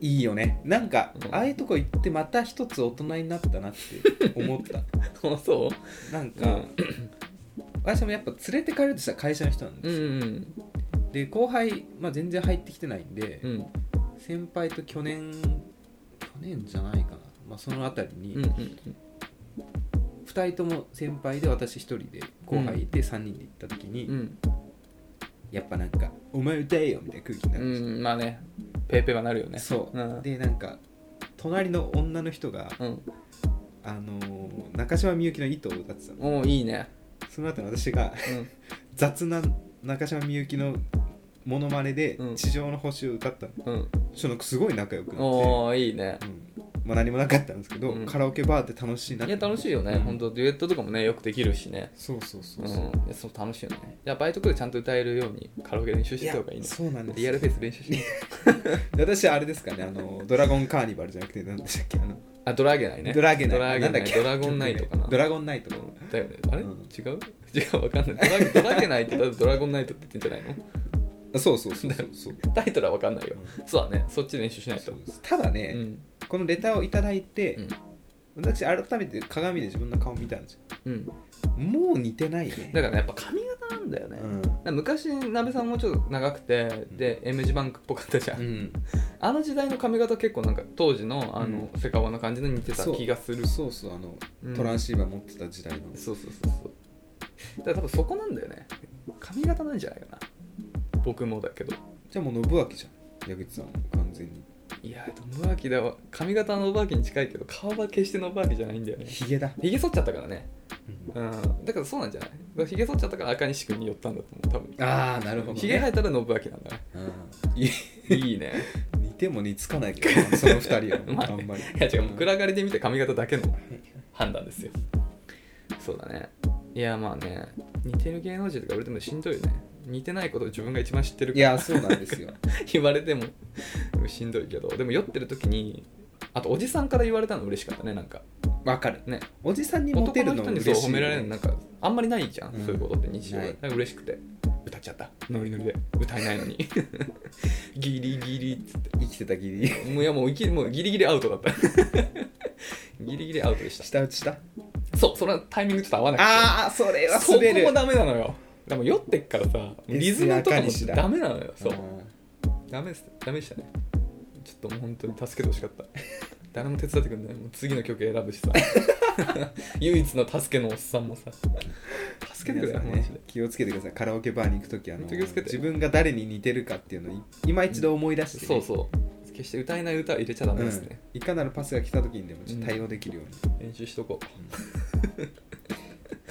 Speaker 1: いいよねなんか、
Speaker 2: うん
Speaker 1: ああいうとこ行ってまた一つ大人になったなって思った
Speaker 2: あそ
Speaker 1: なんか、私もやっぱ連れて帰るとしたら会社の人なん
Speaker 2: う
Speaker 1: で
Speaker 2: う
Speaker 1: す、
Speaker 2: んうん
Speaker 1: で後輩、まあ、全然入ってきてないんで、
Speaker 2: うん
Speaker 1: 先輩と去年去年じゃないかな、まあ、その辺りに、
Speaker 2: うんうんうん
Speaker 1: 2人とも先輩で私1人で後輩いて3人で行った時に、
Speaker 2: うん
Speaker 1: やっぱなんか「お前歌えよ」みたいな空気にな
Speaker 2: う
Speaker 1: るんですよ
Speaker 2: んまあねペーペーはなるよね
Speaker 1: そう、
Speaker 2: ん
Speaker 1: でなんか隣の女の人が、
Speaker 2: うん
Speaker 1: あのー中島みゆきの「糸」を歌ってたの
Speaker 2: おーいいね、
Speaker 1: その後に私 が
Speaker 2: うん、
Speaker 1: 雑な中島みゆきのモノマネで
Speaker 2: う
Speaker 1: 「
Speaker 2: ん
Speaker 1: 地上の星」を歌ったの、
Speaker 2: うん、
Speaker 1: そのすごい仲良くなって、
Speaker 2: おーいいね
Speaker 1: うんまあ、何もなかったんですけど、
Speaker 2: うん
Speaker 1: カラオケバーって楽しいない
Speaker 2: や楽しいよね、
Speaker 1: うん
Speaker 2: 本当デュエットとかもねよくできるしね
Speaker 1: そうそうそううんそう、
Speaker 2: いやそう楽しいよねじゃあバイト来るちゃんと歌えるようにカラオケ練習してた方がいいね
Speaker 1: そうなんです
Speaker 2: リアルフェイス練習して
Speaker 1: で私あれですかねあのドラゴンカーニバルじゃなくて何でしたっけあの
Speaker 2: あドラゲないね
Speaker 1: ドラゲナイ
Speaker 2: ドラゲ
Speaker 1: なん
Speaker 2: な
Speaker 1: だ
Speaker 2: い
Speaker 1: っけ
Speaker 2: ドラゴンナイトかな
Speaker 1: ドラゴンナイトか
Speaker 2: だよねあれ、
Speaker 1: うん
Speaker 2: 違う違うわかんないドラゲドラゲないってだってドラゴンナイトって言ってんじゃない
Speaker 1: あそうそうそうそうそう
Speaker 2: のタイトルはわかんないよそうだねそっち練習しないと
Speaker 1: そうですただね、
Speaker 2: うん
Speaker 1: このレターをいただいて、
Speaker 2: うん
Speaker 1: 私改めて鏡で自分の顔見たんですよ
Speaker 2: うん
Speaker 1: もう似てないね
Speaker 2: だからねやっぱ髪型なんだよね、
Speaker 1: うん
Speaker 2: なんか昔なべさんもちょっと長くてで M 字バンクっぽかったじゃん、
Speaker 1: うん、
Speaker 2: あの時代の髪型結構なんか当時のあの、セカオワの感じの似てた
Speaker 1: そう
Speaker 2: 気がする
Speaker 1: そうそうあの、
Speaker 2: うん
Speaker 1: トランシーバー持ってた時代の
Speaker 2: そうそうそうそうだから多分そこなんだよね髪型なんじゃないかな僕もだけど
Speaker 1: じゃあもう信明じゃん矢口さん完全に
Speaker 2: いや信明だわ髪型の信明に近いけど顔は決して信明じゃないんだよね
Speaker 1: ヒゲだ、
Speaker 2: ひげ剃っちゃったからね
Speaker 1: うん
Speaker 2: うんだからそうなんじゃないだからひげ剃っちゃったから赤西君に寄ったんだと思う多分
Speaker 1: ああなるほど、ね、
Speaker 2: ひげ生えたら信明なんだね
Speaker 1: うん
Speaker 2: いいいいね
Speaker 1: 似ても似つかないけどなその二人
Speaker 2: ま
Speaker 1: は
Speaker 2: あ
Speaker 1: あんまり
Speaker 2: いや違うもう暗がりで見て髪型だけの判断ですよそうだねいやまあね似てる芸能人とか言われてもしんどいよね似てないことを自分が一番知ってる
Speaker 1: い
Speaker 2: から
Speaker 1: やそうなんですよ
Speaker 2: 言われてもしんどいけどでも酔ってる時にあとおじさんから言われたの嬉しかったねなんか
Speaker 1: わかる
Speaker 2: ね
Speaker 1: おじさんにモテる
Speaker 2: 男の
Speaker 1: の
Speaker 2: 人にそう
Speaker 1: 嬉しい
Speaker 2: 褒められるのなんかあんまりないじゃん、
Speaker 1: うん
Speaker 2: そういうことって日常
Speaker 1: な
Speaker 2: で
Speaker 1: い
Speaker 2: なんか嬉しくて歌っちゃったノリノリで歌えないの にギリギリっつって
Speaker 1: 生きてたギリ
Speaker 2: もういやもういきもうギリギリアウトだった ギリギリアウトでした
Speaker 1: 下打ちした
Speaker 2: そうそのタイミングちょっと合わなくて
Speaker 1: ああそれは
Speaker 2: そこ
Speaker 1: 滑る
Speaker 2: もダメなのよでも酔ってっからさリズムとかも
Speaker 1: S や
Speaker 2: ダメなのよそう
Speaker 1: う
Speaker 2: ダメですダメでしたねちょっともう本当に助けてほしかった誰も手伝ってくんないもう次の曲選ぶ しさ唯一の助けのおっさんもさ助けてくれ
Speaker 1: 皆さ
Speaker 2: よ、
Speaker 1: ん
Speaker 2: マジで
Speaker 1: ね、気をつけてくださいカラオケバーに行く時あの
Speaker 2: 気をつけて
Speaker 1: 自分が誰に似てるかっていうのをい今一度思い出してね、
Speaker 2: そうそう決して歌えない歌は入れちゃダメですね、
Speaker 1: うんいかなるパスが来た時にでもちょっと対応できるように、
Speaker 2: 練習しとこ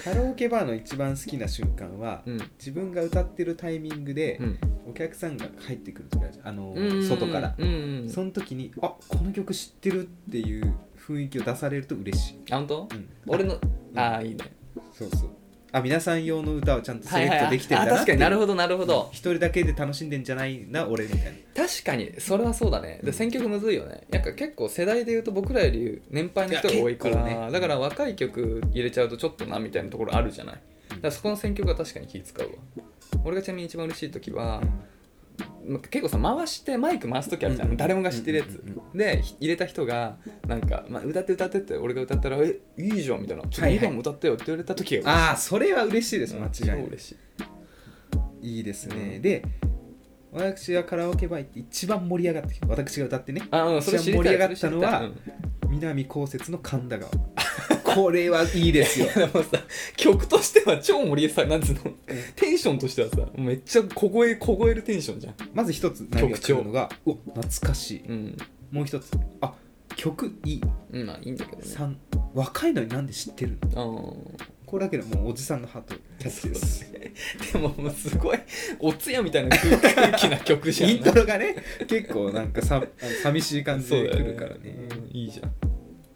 Speaker 1: カラオケバーの一番好きな瞬間は、
Speaker 2: ううん
Speaker 1: 自分が歌ってるタイミングで、
Speaker 2: うん
Speaker 1: お客さんが入ってくる時あるじゃんあの、
Speaker 2: うん
Speaker 1: 外から、
Speaker 2: うんうん
Speaker 1: その時にあこの曲知ってるっていう雰囲気を出されると嬉しい、
Speaker 2: あ本当
Speaker 1: うん
Speaker 2: 俺のああいいね
Speaker 1: そうそうあ皆さん用の歌をちゃんとセレクトできてるん
Speaker 2: あ
Speaker 1: だな
Speaker 2: 確
Speaker 1: って
Speaker 2: か
Speaker 1: いう
Speaker 2: になるほどなるほど
Speaker 1: 一人だけで楽しんでんじゃないな俺みたい
Speaker 2: 確かにそれはそうだね
Speaker 1: う
Speaker 2: で
Speaker 1: ん
Speaker 2: 選曲むずいよねなんか結構世代でいうと僕らより年配の人が多いから
Speaker 1: いや結構ね
Speaker 2: だから若い曲入れちゃうとちょっとなみたいなところあるじゃないだからそこの選曲は確かに気使うわ俺がちなみに一番嬉しい時は
Speaker 1: な、
Speaker 2: ま結構さ回してマイク回す時あるじゃん、
Speaker 1: うん
Speaker 2: 誰もが知ってるやつ、
Speaker 1: うんうん
Speaker 2: でひ入れた人がなんか、まあ、歌って歌ってって俺が歌ったら「えいいじゃん」みたいな「ちょっと2番も歌ってよ」って言われた時が嬉しい
Speaker 1: ああそれは嬉しいです間違い
Speaker 2: 超
Speaker 1: ない
Speaker 2: 嬉しい
Speaker 1: いいですね、
Speaker 2: うん
Speaker 1: で私がカラオケバー行って一番盛り上がって私が歌ってね
Speaker 2: あうんそれ知りたい
Speaker 1: 一番盛り上がったのは
Speaker 2: それ知り
Speaker 1: 南こうせつの神 田川これはいいですよ
Speaker 2: たいうんでもさ曲としては超盛り上がなんつうのテンションとしてはさめっちゃ凍え凍えるテンションじゃん
Speaker 1: まず一つ何が来るのがうわ懐かしい
Speaker 2: うん
Speaker 1: もう一つあ曲いい
Speaker 2: うんまあいいんだけどね
Speaker 1: 3若いのになんで知ってるの
Speaker 2: うん
Speaker 1: これだけでもうおじさんのハートキャッチです
Speaker 2: でももうすごいお通夜みたいな空空気な曲じゃん
Speaker 1: イントロがね結構なんかさあの寂しい感じ
Speaker 2: そう
Speaker 1: で
Speaker 2: だよ
Speaker 1: 来
Speaker 2: ね
Speaker 1: るからね
Speaker 2: うんいいじゃん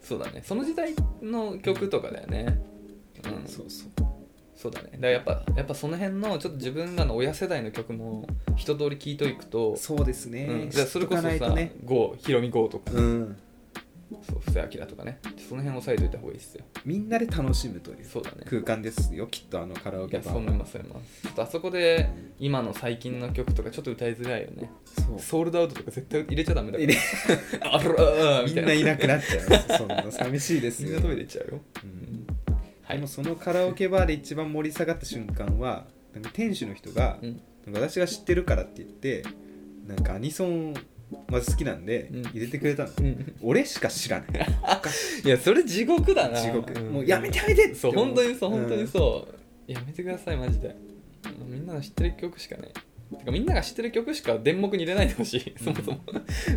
Speaker 2: そうだねその時代の曲とかだよねうん
Speaker 1: そうそう
Speaker 2: そうだねだからやっぱやっぱその辺のちょっと自分らの親世代の曲も一通り聴いといくと
Speaker 1: そうですね、
Speaker 2: うん、だからそれこそ
Speaker 1: 知っとか
Speaker 2: さ
Speaker 1: ないとね
Speaker 2: 郷ひろみ郷とか
Speaker 1: うん
Speaker 2: そう布施明とかねその辺押さえといた方がいいっすよ
Speaker 1: みんなで楽しむという
Speaker 2: そうだね
Speaker 1: 空間ですよきっとあのカラオ
Speaker 2: い
Speaker 1: ケ
Speaker 2: や
Speaker 1: バ
Speaker 2: そう
Speaker 1: ー
Speaker 2: 思いますそう思いますちょっとあそこで今の最近の曲とかちょっと歌いづらいよね
Speaker 1: そう
Speaker 2: ソールドアウトとか絶対入れちゃダメだか
Speaker 1: 入
Speaker 2: ら
Speaker 1: れ
Speaker 2: あらー
Speaker 1: み
Speaker 2: みた
Speaker 1: ん
Speaker 2: い
Speaker 1: な
Speaker 2: ない
Speaker 1: なくなっちゃうそんな寂しいです
Speaker 2: みん
Speaker 1: よ、
Speaker 2: な食べていっちゃうよ、
Speaker 1: う
Speaker 2: うんん、は
Speaker 1: で
Speaker 2: い
Speaker 1: もそのカラオケバーで一番盛り下がった瞬間はなんか店主の人が、
Speaker 2: うん
Speaker 1: なんか私が知ってるからって言ってなんかアニソンまず好きなんで
Speaker 2: うん
Speaker 1: 入れてくれたの、
Speaker 2: うん
Speaker 1: 俺しか知らない
Speaker 2: いやそれ地獄だな
Speaker 1: 地獄、
Speaker 2: ん
Speaker 1: もうやめてやめてって
Speaker 2: そう
Speaker 1: 思
Speaker 2: 本当にそう本当にそう、やめてくださいマジでみんなの知ってる曲しかねてかみんなが知ってる曲しか電目に入れないでほしい、そもそも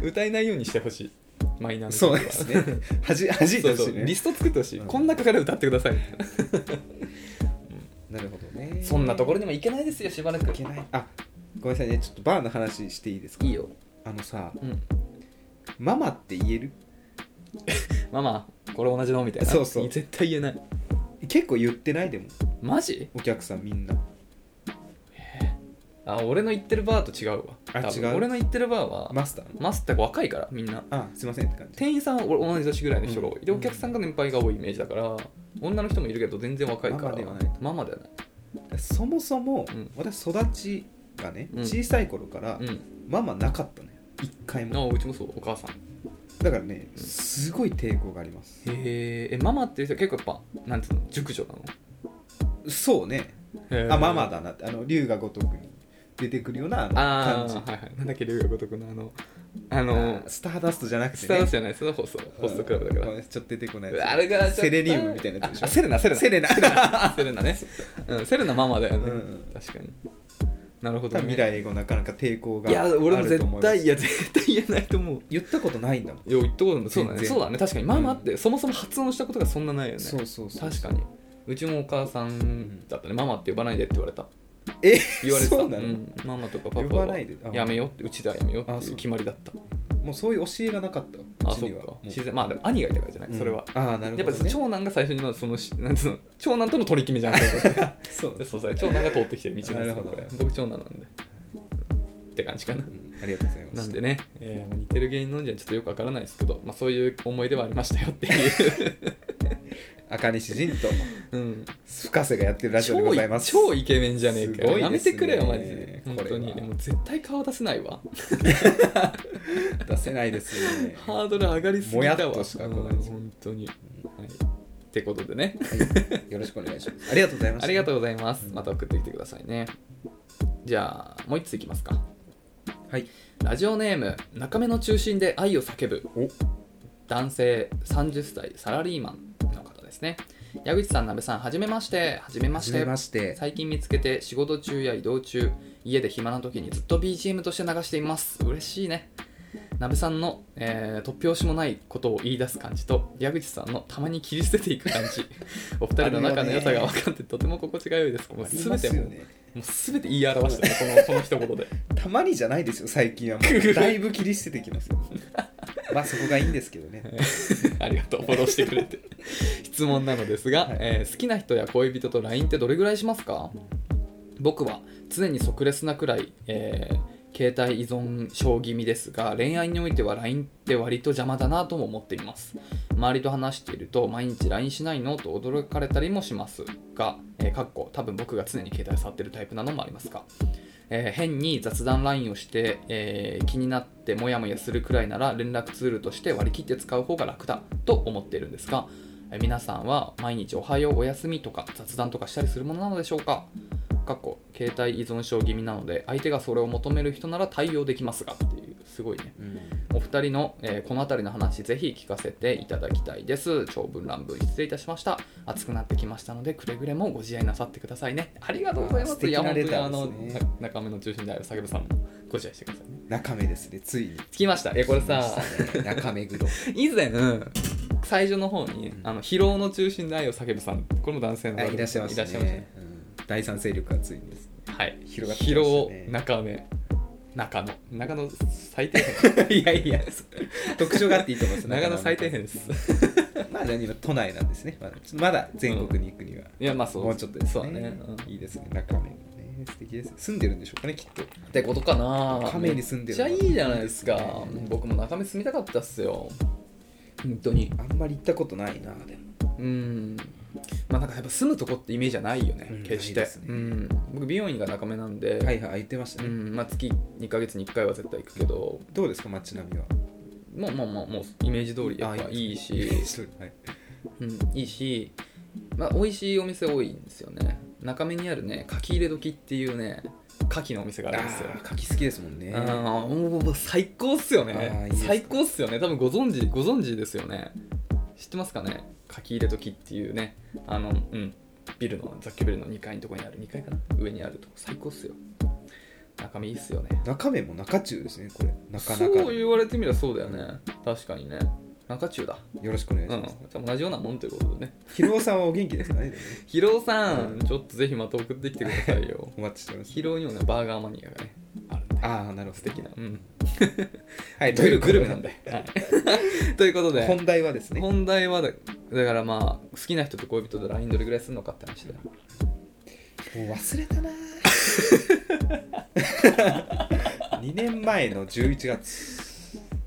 Speaker 2: 歌えないようにしてほしいマイナ
Speaker 1: う
Speaker 2: ーなん曲
Speaker 1: そう
Speaker 2: は
Speaker 1: ですねはじはじいて
Speaker 2: そう
Speaker 1: ほ
Speaker 2: そ
Speaker 1: し
Speaker 2: う
Speaker 1: いね
Speaker 2: リスト作ってほしい、
Speaker 1: うん
Speaker 2: こんな中から歌ってください、
Speaker 1: なるほどね
Speaker 2: そんなところにも行けないですよしばらく
Speaker 1: いけないあごめんなさいねちょっとバーの話していいですか
Speaker 2: いいよ、
Speaker 1: あのさ
Speaker 2: うん、
Speaker 1: ママって言える
Speaker 2: ママこれ同じのみたいな
Speaker 1: そうそう
Speaker 2: 絶対言えない
Speaker 1: 結構言ってないでも
Speaker 2: マジ
Speaker 1: お客さんみんな
Speaker 2: あ俺の行ってるバーと違うわ
Speaker 1: あ
Speaker 2: 多分
Speaker 1: 違う
Speaker 2: 俺の行ってるバーは、
Speaker 1: マスターの
Speaker 2: マスって若いからみんな
Speaker 1: あすいませんって感じ
Speaker 2: 店員さんは俺同じ年ぐらいの人が多い、
Speaker 1: うん
Speaker 2: でお客さんが年配が多いイメージだから女の人もいるけど全然若いか
Speaker 1: ママ
Speaker 2: ら
Speaker 1: ではないと
Speaker 2: ママではない
Speaker 1: そもそも、
Speaker 2: うん
Speaker 1: 私育ちがね
Speaker 2: うん
Speaker 1: 小さい頃から、ママなかったのよ一回
Speaker 2: うん
Speaker 1: も
Speaker 2: あうちもそうお母さんへ
Speaker 1: だからね
Speaker 2: うん
Speaker 1: すごい抵抗があります
Speaker 2: ええママっていう人は結構やっぱなんつうの熟女なの
Speaker 1: そうねあママだなってあの龍が如くに出てくるようなあの
Speaker 2: あ
Speaker 1: 感
Speaker 2: あ
Speaker 1: じ
Speaker 2: はいはいなんだっけ龍が如くのあのあ
Speaker 1: あ
Speaker 2: の
Speaker 1: ースターダストじゃなくて、ね、
Speaker 2: スターダストじゃないそのホストホストクラブだか
Speaker 1: うんごめんなさいちょっと出てこない
Speaker 2: らあれがちょっと
Speaker 1: セレニウムみたいなやつでしょ
Speaker 2: あセレナセレナ
Speaker 1: セレナ
Speaker 2: ナセレナねうんセレナママだよ
Speaker 1: う
Speaker 2: ね、
Speaker 1: んうん
Speaker 2: 確かになるほど、ね、
Speaker 1: 未来英語なかなか抵抗が
Speaker 2: いや俺も
Speaker 1: あると思
Speaker 2: 絶
Speaker 1: います
Speaker 2: 対いや絶対言えないと思う
Speaker 1: 言ったことないんだもん、
Speaker 2: いや言ったことないそうだ
Speaker 1: 全
Speaker 2: ね
Speaker 1: 然
Speaker 2: そうだね確かにママってそもそも発音したことがそんなないよね
Speaker 1: そうそうそう
Speaker 2: 確かにうちもお母さんだったねママって呼ばないでって言われた
Speaker 1: え
Speaker 2: 言われてた
Speaker 1: そうなの、
Speaker 2: んママとかパパは
Speaker 1: 呼ばないであ
Speaker 2: やめよううちではやめよう
Speaker 1: あ
Speaker 2: ってい
Speaker 1: そうう
Speaker 2: 決まりだった
Speaker 1: もうそういう教えがなかった
Speaker 2: あ
Speaker 1: うち
Speaker 2: そっ
Speaker 1: には
Speaker 2: か
Speaker 1: もう
Speaker 2: 自然まあでも兄がいたからじゃない、
Speaker 1: うん
Speaker 2: それは
Speaker 1: あーなるほど、ね、
Speaker 2: やっぱ長男が最初にのそのしなんつうの長男との取り決 めじゃん
Speaker 1: そう
Speaker 2: そうそう長男が通ってきてる道なん
Speaker 1: なる
Speaker 2: ですよ
Speaker 1: ほど
Speaker 2: これ僕長男なんでって感じか
Speaker 1: う
Speaker 2: な
Speaker 1: んありがとうございま
Speaker 2: な
Speaker 1: す
Speaker 2: んでね、えー似てる芸人のんじゃちょっとよくわからないですけど、まあ、そういう思い出はありましたよっていう、
Speaker 1: 赤西仁と
Speaker 2: うん、
Speaker 1: 深瀬がやってるラジオでございます
Speaker 2: 超超イケメンじゃねえか
Speaker 1: すごい
Speaker 2: よ、
Speaker 1: ですね
Speaker 2: やめてくれよマジで
Speaker 1: これ
Speaker 2: 本
Speaker 1: は
Speaker 2: 当にでも絶対顔出せないわ
Speaker 1: 出せないですよね
Speaker 2: ハードル上がりすぎたわ
Speaker 1: もやっとしか来ない
Speaker 2: うん本当に、はい、ってことでね
Speaker 1: はいよろしくお願いしますありがとうございました
Speaker 2: ありがとうございますまた送ってきてくださいねじゃあもう一ついきますか
Speaker 1: はい
Speaker 2: ラジオネーム中目の中心で愛を叫ぶ
Speaker 1: お
Speaker 2: 男性30歳サラリーマンの方ですね矢口さん、鍋さん、はじめまして。はじめま
Speaker 1: は
Speaker 2: し
Speaker 1: じ
Speaker 2: て
Speaker 1: め。まして
Speaker 2: 最近見つけて仕事中や移動中、家で暇な時にずっと BGM として流しています。嬉しいね。鍋さんの、えー突拍子もないことを言い出す感じと、矢口さんのたまに切り捨てていく感 じ。お二人の仲の良さが分かってとても心地が良いです。もう
Speaker 1: ありま
Speaker 2: 全
Speaker 1: す
Speaker 2: て
Speaker 1: よ
Speaker 2: もう、
Speaker 1: ね
Speaker 2: もう全て言い表してる、このこの一言で。
Speaker 1: たまにじゃないですよ最近はも うだいぶ切り捨ててきますよまあそこがいいんですけどね
Speaker 2: ありがとう、フォローしてくれて。 質問なのですが、
Speaker 1: はい
Speaker 2: えー好きな人や恋人と LINE ってどれぐらいしますか僕は常に即レスなくらい、えー携帯依存症気味ですが恋愛においては LINE って割と邪魔だなとも思っています周りと話していると毎日 LINE しないのと驚かれたりもしますが、えーかっこ多分僕が常に携帯触ってるタイプなのもありますかえー変に雑談 LINE をして、えー気になってモヤモヤするくらいなら連絡ツールとして割り切って使う方が楽だと思っているんですが、えー皆さんは毎日おはようおやすみとか雑談とかしたりするものなのでしょうかかっこ携帯依存症気味なので相手がそれを求める人なら対応できますがっていうすごいね
Speaker 1: うん
Speaker 2: お二人の、えーこの辺りの話ぜひ聞かせていただきたいです長文乱文失礼いたしました暑くなってきましたのでくれぐれもご自愛なさってくださいねありがとうござ
Speaker 1: あ
Speaker 2: いま
Speaker 1: ー素
Speaker 2: す
Speaker 1: 敵
Speaker 2: いや
Speaker 1: な
Speaker 2: 本当
Speaker 1: レ
Speaker 2: に
Speaker 1: タ
Speaker 2: あ
Speaker 1: ー
Speaker 2: の
Speaker 1: ですね
Speaker 2: な中目の中心である叫ぶさんもご自愛してくださいね
Speaker 1: 中目ですねついに
Speaker 2: 着きましたえこれさ
Speaker 1: 中目黒
Speaker 2: 以前最初の方に、
Speaker 1: うん
Speaker 2: あの疲労の中心で愛を叫ぶさんこれも男性の
Speaker 1: あいらっしゃいました
Speaker 2: いらっしゃい
Speaker 1: ねうん第三勢力がついにです
Speaker 2: ましたはい
Speaker 1: 広がってきました
Speaker 2: 疲
Speaker 1: ね
Speaker 2: 労中目中野中野最底 辺いやいや
Speaker 1: 特徴があっていいと思います
Speaker 2: 長野最底辺です
Speaker 1: まあ何は都内なんですねまだまだ全国に行くには、
Speaker 2: いやまあそう
Speaker 1: もうちょっとです
Speaker 2: そう
Speaker 1: ね
Speaker 2: だね、うん
Speaker 1: いいですね中目ね素敵です住んでるんでしょうかねきっと
Speaker 2: ってことかな
Speaker 1: 亀に住んでる
Speaker 2: めっちゃいいじゃないですか
Speaker 1: ね
Speaker 2: 僕も中目住みたかったっすよ本当に
Speaker 1: あんまり行ったことないなでも
Speaker 2: うんまあなんかやっぱ住むとこってイメージじゃないよね、
Speaker 1: うん
Speaker 2: 決し
Speaker 1: ない
Speaker 2: て
Speaker 1: です、ね
Speaker 2: うん、僕美容院が中目なんで、
Speaker 1: はいはい空いてました
Speaker 2: う
Speaker 1: ね、
Speaker 2: んまあ、月2ヶ月に1回は絶対行くけど
Speaker 1: どうですか街並みは
Speaker 2: もうもうもうもうイメージ通りやっぱ
Speaker 1: あ
Speaker 2: いいし、
Speaker 1: はい、
Speaker 2: うん、いいし、まあ、美味しいお店多いんですよね中目にあるねかき入れ時っていうね牡蠣のお店があ
Speaker 1: あ
Speaker 2: るんですよ
Speaker 1: ー柿好きですもんね
Speaker 2: あーもう最高っすよ
Speaker 1: あーい
Speaker 2: ね
Speaker 1: いですね
Speaker 2: 最高っすよね多分ご存知ご存知ですよね知ってますかね書き入れ時っていうねあのうんビルの雑居ビルの2階のところにある2階かな上にあるとこ最高っすよ中身いいっすよね
Speaker 1: 中目も中中ですねこれなかなか
Speaker 2: そう言われてみればそうだよね確かにね中中だ
Speaker 1: よろしくお願
Speaker 2: う
Speaker 1: い
Speaker 2: ん
Speaker 1: します、
Speaker 2: じゃあ同じようなもんということでね
Speaker 1: ひろおさんはお元気ですかねでもね
Speaker 2: ヒロさん、
Speaker 1: うん
Speaker 2: ちょっとぜひまた送ってきてくださいよ
Speaker 1: お待ちしております
Speaker 2: ヒロにもねバーガーマニアがねあるんで
Speaker 1: ああなるほど
Speaker 2: 素敵なうん
Speaker 1: はい
Speaker 2: グル
Speaker 1: とい
Speaker 2: グ
Speaker 1: うこ
Speaker 2: ルメ
Speaker 1: と
Speaker 2: なんで、はい、 ということで
Speaker 1: 本題はですね
Speaker 2: 本題はだだからまあ好きな人と恋人と LINE どれぐらいするのかって話だよ
Speaker 1: もう忘れた な2年前の11月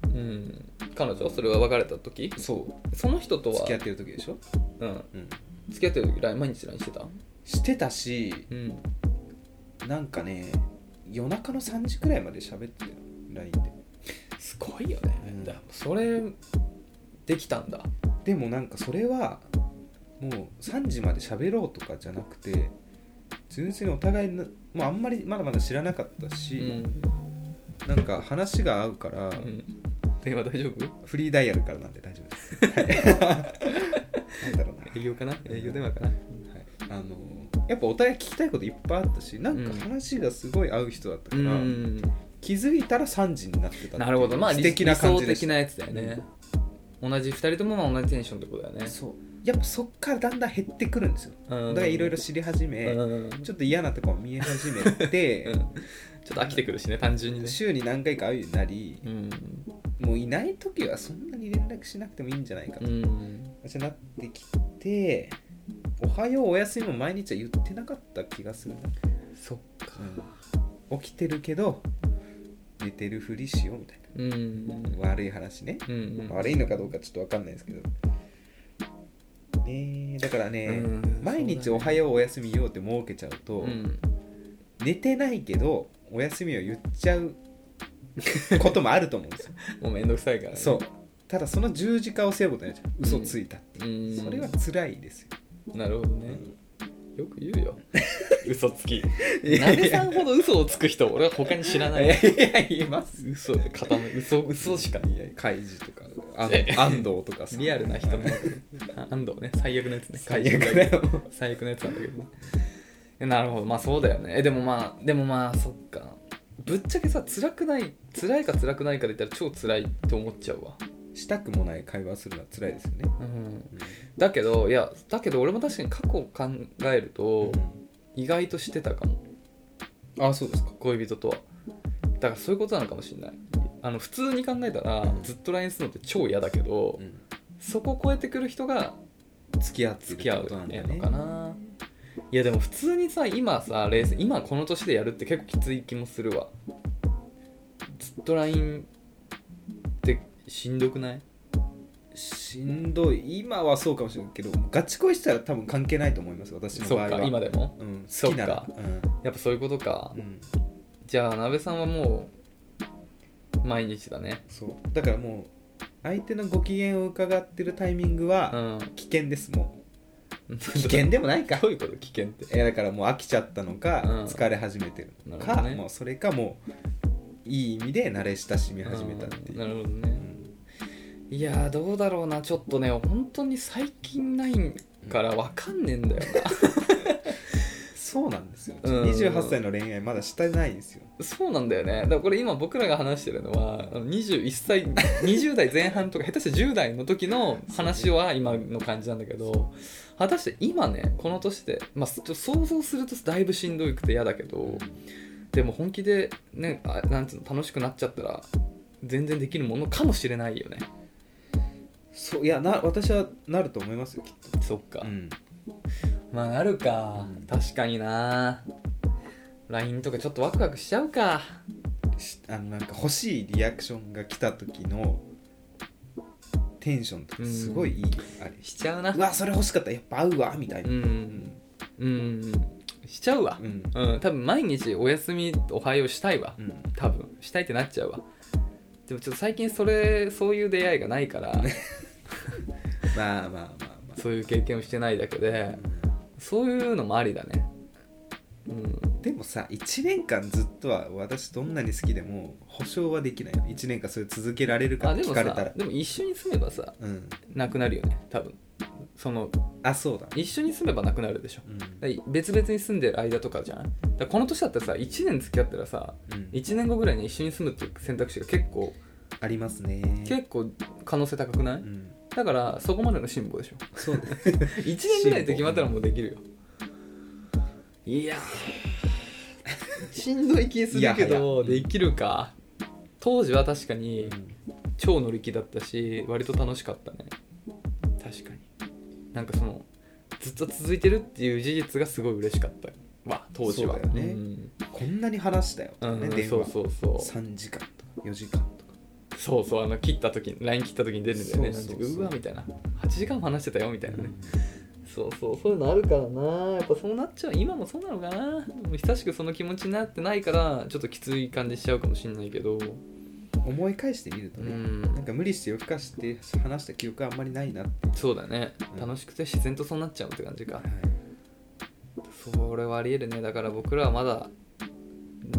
Speaker 2: うん彼女それは別れた時
Speaker 1: そう
Speaker 2: その人とは
Speaker 1: 付き合ってる時でしょ、
Speaker 2: うん、
Speaker 1: うん、
Speaker 2: 付き合ってる時 LINE 毎日 LINE してた
Speaker 1: してたし
Speaker 2: うん
Speaker 1: なんかね夜中の3時くらいまで喋ってたよ LINE です
Speaker 2: ごいよね、
Speaker 1: うん
Speaker 2: だそれできたんだ
Speaker 1: でもなんかそれはもう3時まで喋ろうとかじゃなくて純粋にお互いの、まあ、あんまりまだまだ知らなかった
Speaker 2: う
Speaker 1: し、
Speaker 2: ん、
Speaker 1: なんか話が合うから、
Speaker 2: うん、電話大丈夫
Speaker 1: フリーダイヤルからなんで大丈夫 です。はいなんだろうな、
Speaker 2: 営業かな営業電話かな
Speaker 1: はい、あのやっぱお互い聞きたいこといっぱいあったしなんか話がすごい合う人だった
Speaker 2: う
Speaker 1: から、
Speaker 2: ん
Speaker 1: 気づいたら3時になってたっていう
Speaker 2: なるほどまあ
Speaker 1: 素
Speaker 2: 理
Speaker 1: 敵な
Speaker 2: 理
Speaker 1: 感
Speaker 2: 想
Speaker 1: じでし
Speaker 2: 的
Speaker 1: た
Speaker 2: なやつだよね、同じ2人ともまあ同じテンションってことだよね
Speaker 1: そうやっぱそっからだんだん減ってくるんですよ、
Speaker 2: うん
Speaker 1: だからいろいろ知り始め、
Speaker 2: うん
Speaker 1: ちょっと嫌なとこも見え始めて、
Speaker 2: うんちょっと飽きてくるしね単純にね
Speaker 1: 週に何回か会うようになり
Speaker 2: うん
Speaker 1: もういない時はそんなに連絡しなくてもいいんじゃないかと、
Speaker 2: うん
Speaker 1: 私なってきて「おはようおやすみ」も毎日は言ってなかった気がするな、
Speaker 2: そっか
Speaker 1: 起きてるけど寝てるふりしようみたい
Speaker 2: うんうん
Speaker 1: な悪い話ね、
Speaker 2: うん
Speaker 1: 悪いのかどうかちょっと分かんないですけどねえだからね、
Speaker 2: うん
Speaker 1: 毎日「おはようおやすみよう」って設けちゃうと、
Speaker 2: うん
Speaker 1: 寝てないけどお休みを言っちゃうこともあると思うんですよ
Speaker 2: もうめんどくさいからね
Speaker 1: そうただその十字架を背負うことになっちゃう嘘ついたっていう、
Speaker 2: うん
Speaker 1: それは辛いですよ、
Speaker 2: なるほどねよく言うよ 嘘つき
Speaker 1: いやいや
Speaker 2: 鍋さんほど嘘をつく人俺は他に知らないい
Speaker 1: やいやいます
Speaker 2: 嘘で固め嘘嘘しか
Speaker 1: いやいやカイジとかあ
Speaker 2: え
Speaker 1: 安藤とかさ
Speaker 2: リアルな人の あ安藤ね最悪のやつね
Speaker 1: 最悪だよ
Speaker 2: 最悪のやつなんだけどねえなるほどまあそうだよねえでもまあでもまあそっかぶっちゃけさ辛くない辛いか辛くないかで言ったら超辛いって思っちゃうわ
Speaker 1: したくもない会話するのは辛いですよね、
Speaker 2: うんだけどいやだけど俺も確かに過去を考えると意外としてたかも
Speaker 1: あそうですか
Speaker 2: 恋人とはだからそういうことなのかもしれないあの普通に考えたら
Speaker 1: うん
Speaker 2: ずっと LINE するのって超嫌だけど、そこを超えてくる人が
Speaker 1: 付き合ってる
Speaker 2: 付
Speaker 1: っ
Speaker 2: き
Speaker 1: て
Speaker 2: 合
Speaker 1: こ
Speaker 2: う
Speaker 1: となんだ
Speaker 2: の
Speaker 1: ね
Speaker 2: かないやでも普通にさ今さ冷静今この年でやるって結構きつい気もするわずっと LINE ってしんどくない
Speaker 1: しんどい今はそうかもしれないけどガチ恋したら多分関係ないと思います私の
Speaker 2: そ
Speaker 1: 場合
Speaker 2: っ
Speaker 1: は
Speaker 2: か今でも
Speaker 1: うん、好きなら
Speaker 2: そ
Speaker 1: うん
Speaker 2: やっぱそういうことか
Speaker 1: うん
Speaker 2: じゃあなべさんはもう毎日だね
Speaker 1: そうだからもう相手のご機嫌を伺ってるタイミング
Speaker 2: う
Speaker 1: は
Speaker 2: ん
Speaker 1: 危険ですも 危険でもないか
Speaker 2: どういうこと危険って
Speaker 1: いやだからもう飽きちゃったのか、
Speaker 2: うん
Speaker 1: 疲れ始めてるの
Speaker 2: なる
Speaker 1: か
Speaker 2: ほどね
Speaker 1: もうそれかもういい意味で慣れ親しみ始めたっていう
Speaker 2: な
Speaker 1: う
Speaker 2: るほどね
Speaker 1: ん
Speaker 2: いやーどうだろうなちょっとね本当に最近ないからわかんねえんだよ
Speaker 1: そうなんですよ、
Speaker 2: うん
Speaker 1: 28歳の恋愛まだしてないんですよ
Speaker 2: なそうなんだよねだからこれ今僕らが話してるのはあの21歳20代前半とか下手して10代の時の話は今の感じなんだけど果たして今ねこの年で、まあ、ちょっと想像するとだいぶしんどくて嫌だけどでも本気でねあなんつうの楽しくなっちゃったら全然できるものかもしれないよね
Speaker 1: そういやな私はなると思いますよきっ
Speaker 2: そっか
Speaker 1: と、うん
Speaker 2: まあなるか、
Speaker 1: うん
Speaker 2: 確かにな LINE とかちょっとワクワクしちゃうか
Speaker 1: しあのなんか欲しいリアクションが来た時のテンションとかすごいいい、あれ
Speaker 2: しちゃうな
Speaker 1: うわそれ欲しかったやっぱ合うわみたいうな、うんん
Speaker 2: うんしちゃうわ
Speaker 1: うん
Speaker 2: うん、多分毎日お休みおはようしたいわ
Speaker 1: うん
Speaker 2: 多分したいってなっちゃうわでもちょっと最近それそういう出会いがないから
Speaker 1: まあまあまあまあ
Speaker 2: そういう経験をしてないだけでそういうのもありだねうん
Speaker 1: でもさ1年間ずっとは私どんなに好きでも保証はできないよ1年間それ続けられるか
Speaker 2: あ
Speaker 1: って
Speaker 2: で
Speaker 1: 聞
Speaker 2: も
Speaker 1: かれた
Speaker 2: さ
Speaker 1: ら
Speaker 2: でも一緒に住めばさ
Speaker 1: うん
Speaker 2: なくなるよね多分その
Speaker 1: あそうだ、
Speaker 2: 一緒に住めばなくなるでしょ
Speaker 1: うん
Speaker 2: だから別々に住んでる間とかじゃんだからこの年だったらさ1年付き合ったらさ
Speaker 1: うん
Speaker 2: 1年後ぐらいに一緒に住むっていう選択肢が結構
Speaker 1: ありますね
Speaker 2: 結構可能性高くな
Speaker 1: う
Speaker 2: い
Speaker 1: ん、
Speaker 2: だからそこまでの辛抱でしょ
Speaker 1: そうだ
Speaker 2: 1年ぐらいって決まったらもうできるよいやーしんどい気するけ
Speaker 1: いやは
Speaker 2: ど
Speaker 1: や
Speaker 2: できるか当時は確かに
Speaker 1: う
Speaker 2: 超乗り気だったし割と楽しかったね確かになんかそのずっと続いてるっていう事実がすごい嬉しかったわ当時は
Speaker 1: そうだよね
Speaker 2: ん
Speaker 1: んこんなに話したよ、
Speaker 2: うん
Speaker 1: ね、電
Speaker 2: そう
Speaker 1: 話
Speaker 2: そうそう
Speaker 1: 3時間とか4時間とか
Speaker 2: そうそうあの切った時に LINE 切った時に出るんだよね
Speaker 1: そうそうそう
Speaker 2: なんてうわみたいな8時間も話してたよみたいなね、そうそうそういうのあるからなやっぱそうなっちゃう今もそうなのかなもう久しくその気持ちになってないからちょっときつい感じしちゃうかもしんないけど
Speaker 1: 思い返してみると
Speaker 2: う
Speaker 1: ね、なん
Speaker 2: ん
Speaker 1: か無理して夜更かしして話した記憶はあんまりないなって、
Speaker 2: そうだね、
Speaker 1: うん
Speaker 2: 楽しくて自然とそうなっちゃうって感じかそれはありえるねだから僕らはまだ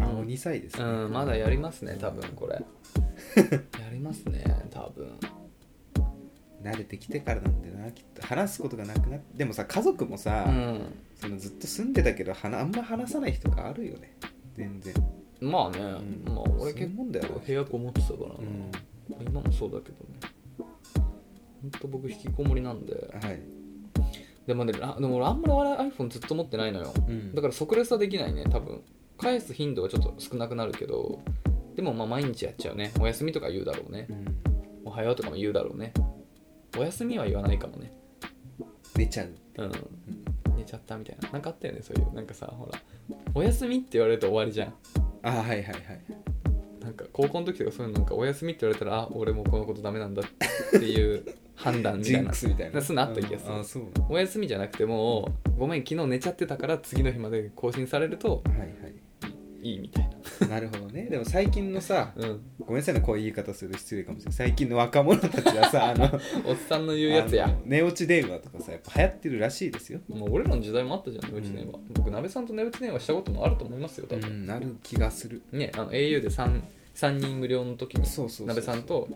Speaker 1: あもう2歳です、ね
Speaker 2: うんまだやりますね多分こ れやりますね多分
Speaker 1: 慣れてきてからなんてなきっと話すことがなくなってでもさ家族もさ、
Speaker 2: うん
Speaker 1: そのずっと住んでたけどはなあんま話さない人があるよね全然、
Speaker 2: まあね、
Speaker 1: うん
Speaker 2: まあ俺
Speaker 1: そうい
Speaker 2: 結
Speaker 1: うもんだよ
Speaker 2: 構部屋こもってたから
Speaker 1: う
Speaker 2: な、
Speaker 1: ん
Speaker 2: 今もそうだけどねほんと僕引きこもりなんで
Speaker 1: はい、
Speaker 2: でもねらでも俺あんまり俺 iPhone ずっと持ってないのよ
Speaker 1: うん
Speaker 2: だから即レスはできないね多分返す頻度はちょっと少なくなるけどでもまあ毎日やっちゃうねお休みとか言うだろうね
Speaker 1: うん
Speaker 2: おはようとかも言うだろうねお休みは言わないかもね
Speaker 1: 出ちゃう
Speaker 2: うん寝ちゃったみたいななんかあったよねそういうなんかさほらお休みって言われると終わりじゃん
Speaker 1: あはいはいはい
Speaker 2: なんか高校の時とかそういうのなんかお休みって言われたらあ俺もうこのことダメなんだっていう判断みた
Speaker 1: ジ
Speaker 2: い
Speaker 1: ン
Speaker 2: な
Speaker 1: クスみたいな
Speaker 2: そういうのあった気がする
Speaker 1: うんあそう
Speaker 2: お休みじゃなくてもごめん昨日寝ちゃってたから次の日まで更新されると
Speaker 1: はいはい
Speaker 2: いいみたい
Speaker 1: なるほどねでも最近のさ
Speaker 2: な、うん、
Speaker 1: ごめんなさいねこういう言い方すると失礼かもしれない最近の若者たちはさあの
Speaker 2: おっさんの 言うやつ
Speaker 1: あ
Speaker 2: や
Speaker 1: の寝落ち電話とかさやっぱ流行ってるらしいですよ
Speaker 2: もう俺らの時代もあったじゃん寝打ち電話、僕鍋さんと寝打ち電話したこともあると思いますよ多
Speaker 1: う
Speaker 2: 分、
Speaker 1: んなる気がする
Speaker 2: ねあの au で 3, 三人無料の時に
Speaker 1: そうそうそう
Speaker 2: 鍋さんと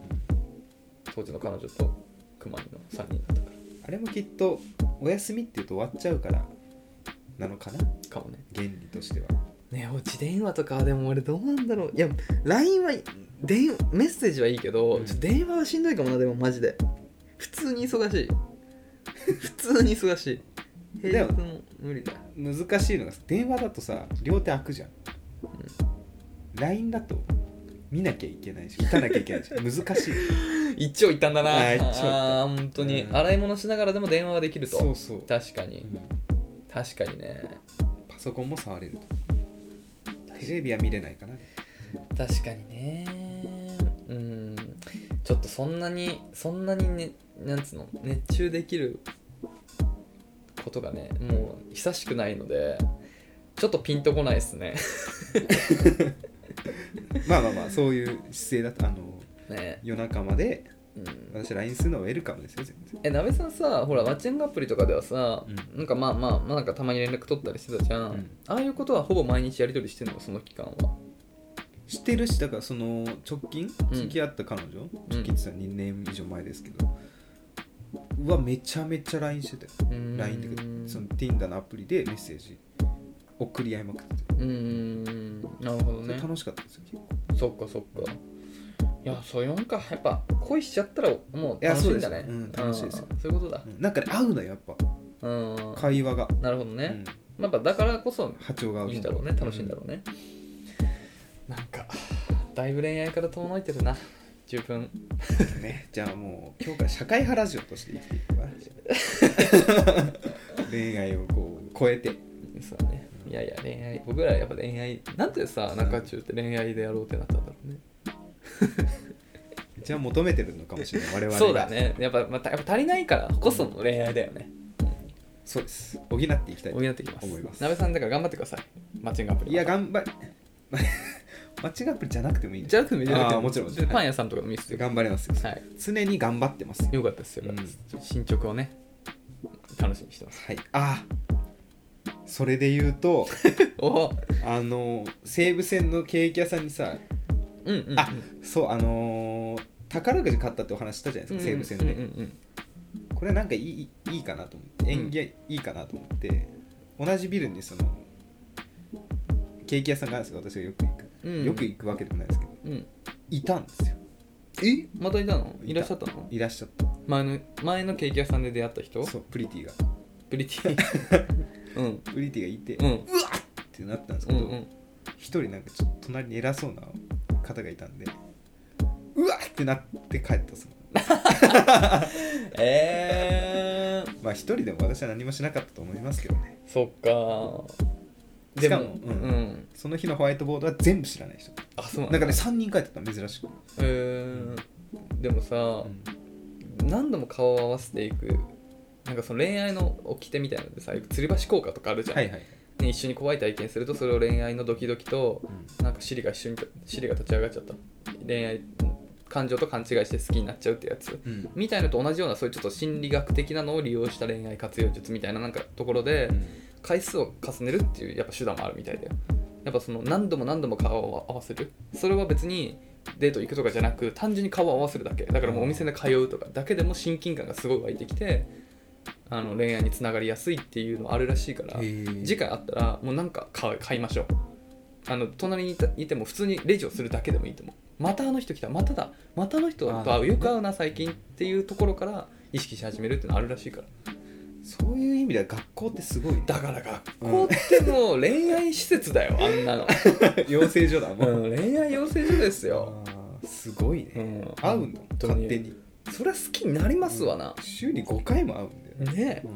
Speaker 2: 当時の彼女と熊井の3人だったか
Speaker 1: あれもきっとお休みって言うと終わっちゃうからなのかな
Speaker 2: らかもね
Speaker 1: 原理としては
Speaker 2: 寝落ち電話とかはでも俺どうなんだろういや LINE は電メッセージはいいけど、
Speaker 1: うん
Speaker 2: ちょっと電話はしんどいかもなでもマジで普通に忙しい 普通に忙しい平日も無理だ
Speaker 1: 難しいのが電話だとさ両手開くじゃん、LINE だと見なきゃいけないし打たなきゃいけないし難 しい
Speaker 2: 一長一短だな
Speaker 1: あー一長一短
Speaker 2: あー本当に、
Speaker 1: うん
Speaker 2: 洗い物しながらでも電話ができると
Speaker 1: そうそう、
Speaker 2: 確か
Speaker 1: う
Speaker 2: に
Speaker 1: ん
Speaker 2: 確かにね
Speaker 1: パソコンも触れるとテレビは見れないかな
Speaker 2: 確かにねうんちょっとそんなにそんなにねなんつうの熱中できることがねもう久しくないのでちょっとピンとこないですね
Speaker 1: まあまあまあそういう姿勢だとあの
Speaker 2: ね
Speaker 1: 夜中まで
Speaker 2: うん
Speaker 1: 私 LINE するのはウェルカムですよ全然
Speaker 2: えなべさんさほらマッチングアプリとかではさ、
Speaker 1: う
Speaker 2: なんかまあまあまあなんかたまに連絡取ったりしてたじゃん、
Speaker 1: うん
Speaker 2: ああいうことはほぼ毎日やり取りしてんのその期間は
Speaker 1: 知ってるしだからその直近
Speaker 2: うん
Speaker 1: 付き合った彼女、付き合ってたのは2年以上前ですけどうわめちゃめちゃ LINE してたよ
Speaker 2: うーん
Speaker 1: LINE ってかその Tinder のアプリでメッセージ送り合いまくってて
Speaker 2: うーんなるほど
Speaker 1: それ
Speaker 2: ね
Speaker 1: 楽しかったですよ結構
Speaker 2: そっかそっかいやそういうもんかやっぱ恋しちゃったらもう
Speaker 1: いや
Speaker 2: 楽し
Speaker 1: そ
Speaker 2: い
Speaker 1: で
Speaker 2: うん
Speaker 1: す
Speaker 2: だね
Speaker 1: うん楽しいですよ
Speaker 2: うんそういうことだ
Speaker 1: うんなんかね合うのよやっぱ
Speaker 2: うん
Speaker 1: 会話が、
Speaker 2: なるほど
Speaker 1: う
Speaker 2: ね、
Speaker 1: ん、
Speaker 2: まあやっぱだからこそ
Speaker 1: 波長が合う人
Speaker 2: いいんだろうね楽しいんだろうね、なんかだいぶ恋愛から遠のいてるな十分
Speaker 1: うんねじゃあもう今日から社会派ラジオとして生きていくわ 恋愛をこう超えて
Speaker 2: そうねいやいや恋愛僕らやっぱ恋愛なんでさ中中って恋愛でやろうってなったんだろうね
Speaker 1: じゃあ求めてるのかもしれ ない我々が
Speaker 2: そうだねやっぱ,、またやっぱ足りないからこその恋愛だよね
Speaker 1: そうです補っていきたい
Speaker 2: 補っていきます
Speaker 1: 思います
Speaker 2: なべさんだから頑張ってくださいマッチングアプリ
Speaker 1: いや頑張り マッチングアプリじゃなくてもいいん
Speaker 2: じゃなくてもいいじゃなくて
Speaker 1: あーもちろんもちろん
Speaker 2: パン屋さんとかのミスで
Speaker 1: 頑張りますよ
Speaker 2: はい
Speaker 1: 常に頑張ってますよ
Speaker 2: よかったですよ、
Speaker 1: うん
Speaker 2: 進捗をね楽しみにしてます
Speaker 1: はいあーそれで言う と
Speaker 2: おお
Speaker 1: あの西武線のケーキ屋さんにさ
Speaker 2: うんうんうん
Speaker 1: あそうあのー宝くじ買ったってお話したじゃないですか、西武線で、
Speaker 2: うんうん
Speaker 1: これはなんかいいいいかなと思って縁起がいいかなと思って、同じビルにそのケーキ屋さんがあるんですよ私がよく行く、
Speaker 2: うんうん
Speaker 1: よく行くわけでもないですけど
Speaker 2: うんうん
Speaker 1: いたんですよ
Speaker 2: えまたいたの
Speaker 1: いた
Speaker 2: いらっしゃったの
Speaker 1: いらっしゃった
Speaker 2: 前の前のケーキ屋さんで出会った人
Speaker 1: そうプリティが
Speaker 2: プリティ うん
Speaker 1: プリティがいて、
Speaker 2: う
Speaker 1: っ
Speaker 2: ん
Speaker 1: てなったんです
Speaker 2: う
Speaker 1: け
Speaker 2: ん
Speaker 1: ど、
Speaker 2: うん
Speaker 1: 一人なんかちょっと隣に偉そうな方がいたんでうわっってなって帰ったその
Speaker 2: えー、
Speaker 1: まあ一人でも私は何もしなかったと思いますけどね
Speaker 2: そっか
Speaker 1: し
Speaker 2: で
Speaker 1: か
Speaker 2: も
Speaker 1: も
Speaker 2: う、
Speaker 1: うんんその日のホワイトボードは全部知らない人
Speaker 2: あそうなん
Speaker 1: な
Speaker 2: だ
Speaker 1: んかね3人帰ってたの珍しく、
Speaker 2: えー、でもさ、
Speaker 1: うん
Speaker 2: 何度も顔を合わせていくなんかその恋愛の掟みたいなのでさよく吊り橋効果とかあるじゃん、
Speaker 1: はいはいはい、
Speaker 2: ね、一緒に怖い体験するとそれを恋愛のドキドキとなんかシリが一緒にシリが立ち上がっちゃった恋愛感情と勘違いして好きになっちゃうってやつ
Speaker 1: うん
Speaker 2: みたいのと同じようなそういうちょっと心理学的なのを利用した恋愛活用術みたいななんかところで回数を重ねるっていうやっぱ手段もあるみたいだよやっぱその何度も何度も顔を合わせるそれは別にデート行くとかじゃなく単純に顔を合わせるだけだからもうお店で通うとかだけでも親近感がすごい湧いてきてあの恋愛につながりやすいっていうのあるらしいから次回あったらもうなんか買う買いましょうあの隣にいたいても普通にレジをするだけでもいいと思うまたあの人来たまただまたあの人と会
Speaker 1: あー
Speaker 2: うよく会うな最近っていうところから意識し始めるっていうのあるらしいから
Speaker 1: そういう意味では学校ってすごい ね
Speaker 2: だから学校ってもう恋愛施設だよあん なの、
Speaker 1: 養成所だもん、
Speaker 2: うん、恋愛養成所ですよ、
Speaker 1: あーすごいね、
Speaker 2: ん
Speaker 1: 会うんだ
Speaker 2: 本当
Speaker 1: 勝手に
Speaker 2: そりゃ好きになりますわな、
Speaker 1: 週に5回も会うんだよね、
Speaker 2: ね
Speaker 1: う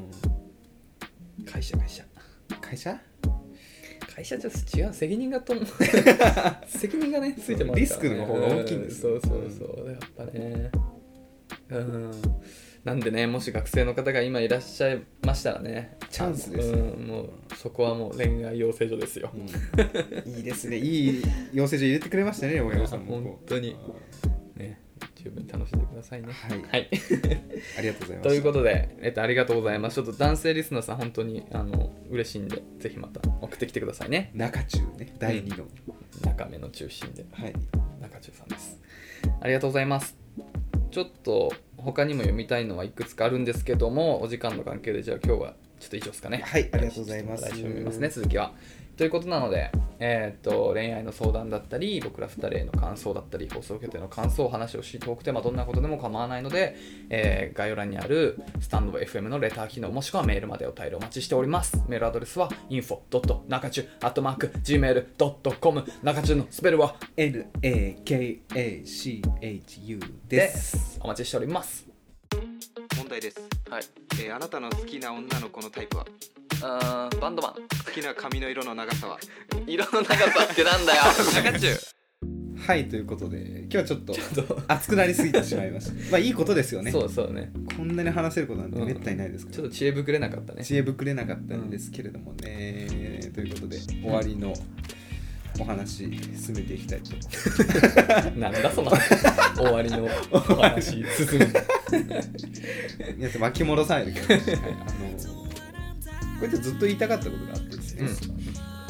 Speaker 2: え会社会社
Speaker 1: ん会社
Speaker 2: 会社じゃ違う責任がと 責任がねついても
Speaker 1: リスクの方が大きいんです
Speaker 2: う
Speaker 1: よ
Speaker 2: そうそうそうやっぱねうんなんでねもし学生の方が今いらっしゃいましたらね
Speaker 1: チャンスですよ
Speaker 2: うんもうそこはもう恋愛養成所ですよ、
Speaker 1: うんいいですね、いい養成所入れてくれましたね、親御さんもこう。
Speaker 2: 本当にね十分楽しんでくださいね
Speaker 1: はい
Speaker 2: はい
Speaker 1: ありがとうございました。
Speaker 2: ということで、えっと、ありがとうございます。ちょっと男性リスナーさん、本当にあの嬉しいんで、ぜひまた送ってきてくださいね。
Speaker 1: 中中ね、第2の。
Speaker 2: 中目の中心で、
Speaker 1: はい。
Speaker 2: 中中さんです。ありがとうございます。ちょっと、他にも読みたいのはいくつかあるんですけども、お時間の関係で、じゃあ今日はちょっと以上ですかね。
Speaker 1: はい、ありがとうございます。
Speaker 2: 来週も見ますね、続きは。ということなので、えーっと恋愛の相談だったり、僕ら2人への感想だったり、放送を受けての感想、お話をし、トークテーマ、どんなことでも構わないので、えー概要欄にあるスタンド FM のレター機能、もしくはメールまでお便りお待ちしております。メールアドレスは info.nakachu.gmail.com 中中のスペルは
Speaker 1: NAKACHU
Speaker 2: で
Speaker 1: ですす。
Speaker 2: お待ちしております。
Speaker 1: 問題です、
Speaker 2: はい。
Speaker 1: えーあなたの好きな女の子のタイプは
Speaker 2: あーバンドマン。
Speaker 1: 好きな髪の色の長さは
Speaker 2: 色の長さってなんだよ、中中。
Speaker 1: はい、ということで、今日はちょっと
Speaker 2: ちょっと
Speaker 1: 熱くなりすぎてしまいました。まあいいことですよね。
Speaker 2: そうそうね。
Speaker 1: こんなに話せることなんてめったにないですけ
Speaker 2: ち
Speaker 1: ど、
Speaker 2: ょっと知恵ぶれなかったね。
Speaker 1: 知恵ぶくれなかったんですけれどもね。ということで、終わりのお話進めていきたいと
Speaker 2: なんだその終わりのお話進む
Speaker 1: 皆さん巻き戻さないでくださいはいあのこれってずっと言いたかったことがあってですね、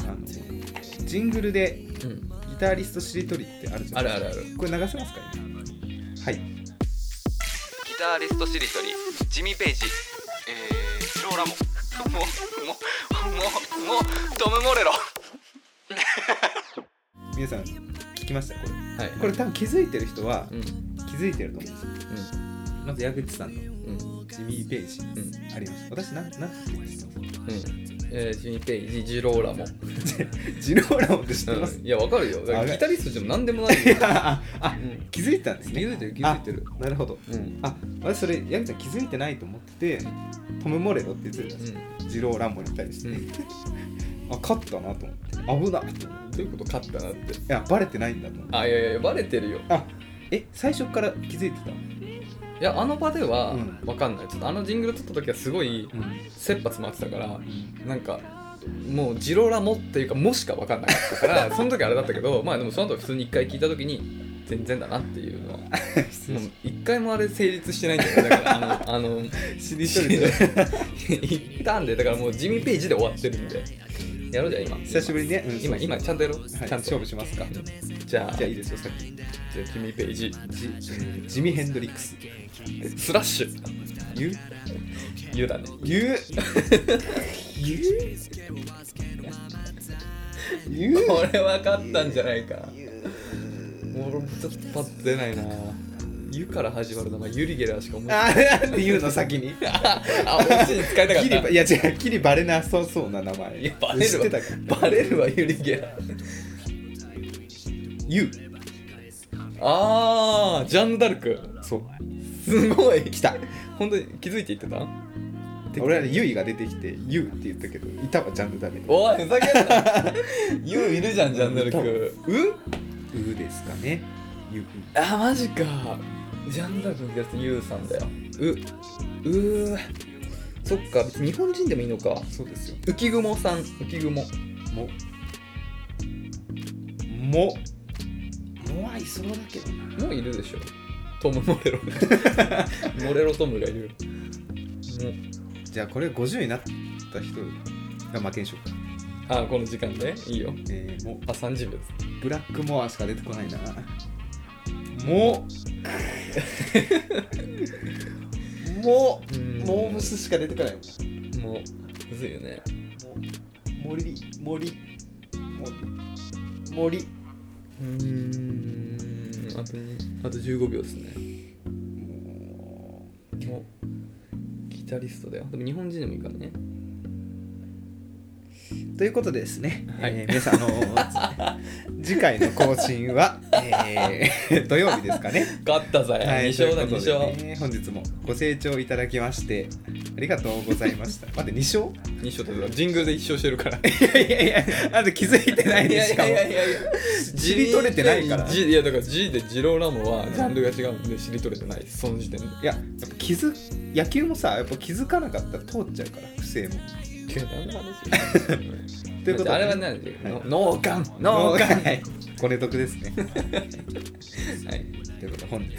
Speaker 1: あのジングルで
Speaker 2: うん
Speaker 1: ギタリストしりとりってあるじゃ
Speaker 2: あ
Speaker 1: ない
Speaker 2: る
Speaker 1: ですか
Speaker 2: あるあるギ
Speaker 1: これ流せますか今はい
Speaker 2: タリストしりとりジミー・ペイジえー、スローラモもうもうもうもうトム・モレロは
Speaker 1: 皆さん聞きましたこれ
Speaker 2: い
Speaker 1: これ多分気づいてる人は
Speaker 2: うん
Speaker 1: 気づいてると思うんですよまず矢口さんの
Speaker 2: うんうん
Speaker 1: ジミー・ペイジ
Speaker 2: うん
Speaker 1: ありました私なんなんて言ってま
Speaker 2: うんえー、ジミー・ペイジジローラモ、
Speaker 1: す ジローラモンって知ってます、
Speaker 2: うん、いやわかるよだか
Speaker 1: あ
Speaker 2: ら
Speaker 1: れ
Speaker 2: ギタリストでも何でもない
Speaker 1: い
Speaker 2: よ
Speaker 1: や、ああ
Speaker 2: うん
Speaker 1: 気づいてたんですね
Speaker 2: 気づいてる気づいてる
Speaker 1: あなるほど
Speaker 2: うん
Speaker 1: あ私それ矢口さん気づいてないと思っててトム・モレロって言ってたじゃないですかジローラモンに対して、
Speaker 2: うん、うん、
Speaker 1: あ勝ったなと思って危なっと思って
Speaker 2: どういうこと勝ったなって
Speaker 1: いやバレてないんだと思って
Speaker 2: あいやいやバレてるよ
Speaker 1: あえ最初から気づいてた、
Speaker 2: いやあの場では
Speaker 1: うん
Speaker 2: わかんないちょっとあのジングル撮った時はすごい 切羽詰まってたからなんかもうジローラモっていうかもしかわかんなかったか らその時あれだったけどまあでもその後普通に一回聞いた時に全然だなっていうのはも
Speaker 1: 失礼し
Speaker 2: う一回もあれ成立してないんだよねだからあの あの
Speaker 1: 知りとりで
Speaker 2: 一旦でだからもう地味ページで終わってるんでやろうじゃあ今
Speaker 1: 久しぶりにね、うん
Speaker 2: 今今ちゃんとやろう、
Speaker 1: そうはい
Speaker 2: ちゃんと
Speaker 1: 勝負しますかじ
Speaker 2: じゃあ
Speaker 1: ゃあいいですよさっき
Speaker 2: じゃあ地味ページ
Speaker 1: ジジミヘンドリックス
Speaker 2: スラッシュ
Speaker 1: 言う
Speaker 2: 言うだね
Speaker 1: 言う言う言う
Speaker 2: これ分かったんじゃないか
Speaker 1: 言
Speaker 2: もうちょっとパッと出ないな「ゆ」から始まるのがユリゲラーしか思いつかない
Speaker 1: あーって言うの先 に
Speaker 2: あこっちに使いたか
Speaker 1: キリ
Speaker 2: った
Speaker 1: いや違うキリバレなさそうな名前
Speaker 2: いやバレ
Speaker 1: 知
Speaker 2: るわ
Speaker 1: ってたか
Speaker 2: バレるわユリゲラー
Speaker 1: 言う
Speaker 2: あージャンヌ・ダルク
Speaker 1: そう
Speaker 2: すごい
Speaker 1: 来た
Speaker 2: 本当に気づいて言ってた
Speaker 1: 俺らにユイが出てきてユウって言ったけどいたはちゃんとダメう
Speaker 2: おいふざけ んなユウいるじゃんジャンヌ・ダルクう
Speaker 1: ですかねユウ
Speaker 2: あマジかジャンヌ・ダルクのやつユウさんだよううーそっか別に日本人でもいいのか
Speaker 1: そうですよ
Speaker 2: 浮雲さん浮雲
Speaker 1: もももはいそうだけどな
Speaker 2: もういるでしょトム・モ レロモレロトムがいるもう
Speaker 1: じゃあこれ50になった人が負けんしょうか
Speaker 2: あこの時間でいいよ
Speaker 1: えー、も
Speaker 2: あ30秒です
Speaker 1: ブラックモアしか出てこないなも もモームスしか出てこないも
Speaker 2: もうむずいよね
Speaker 1: 森森森森
Speaker 2: うーんあとにあと15秒ですね
Speaker 1: も
Speaker 2: もうギタリストだよでも日本人でもいいからね
Speaker 1: うということでですね、
Speaker 2: はい
Speaker 1: えー皆さんあの ー次回の更新は、えー 土曜日ですかね
Speaker 2: 勝ったぜ、
Speaker 1: はい、
Speaker 2: 2勝だ
Speaker 1: ということ
Speaker 2: 2
Speaker 1: で
Speaker 2: 勝
Speaker 1: ね本日もご清聴いただきましてありがとうございま した待って2勝
Speaker 2: 2勝ってジングルで1勝してるから
Speaker 1: いやいやいやあと気づいてないでしかも
Speaker 2: いやいや
Speaker 1: 知り取れてないから
Speaker 2: じいやだから G でジローラモはジャンルが違うんで知り取れてないですその時点で
Speaker 1: いややっぱ気づ野球もさやっぱ気づかなかったら通っちゃうから不正も
Speaker 2: 違う何の話
Speaker 1: ということで
Speaker 2: あれは何で
Speaker 1: はい
Speaker 2: 脳幹
Speaker 1: ノ
Speaker 2: 脳
Speaker 1: ー
Speaker 2: 幹
Speaker 1: ガンはいこれ得ですね
Speaker 2: はい
Speaker 1: ということで本日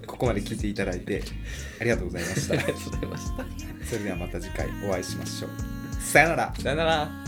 Speaker 1: ここまで聞いていただいてありがとうございまし
Speaker 2: あ
Speaker 1: た
Speaker 2: りがとうございました
Speaker 1: それではまた次回お会いしましょうさよなら
Speaker 2: さよなら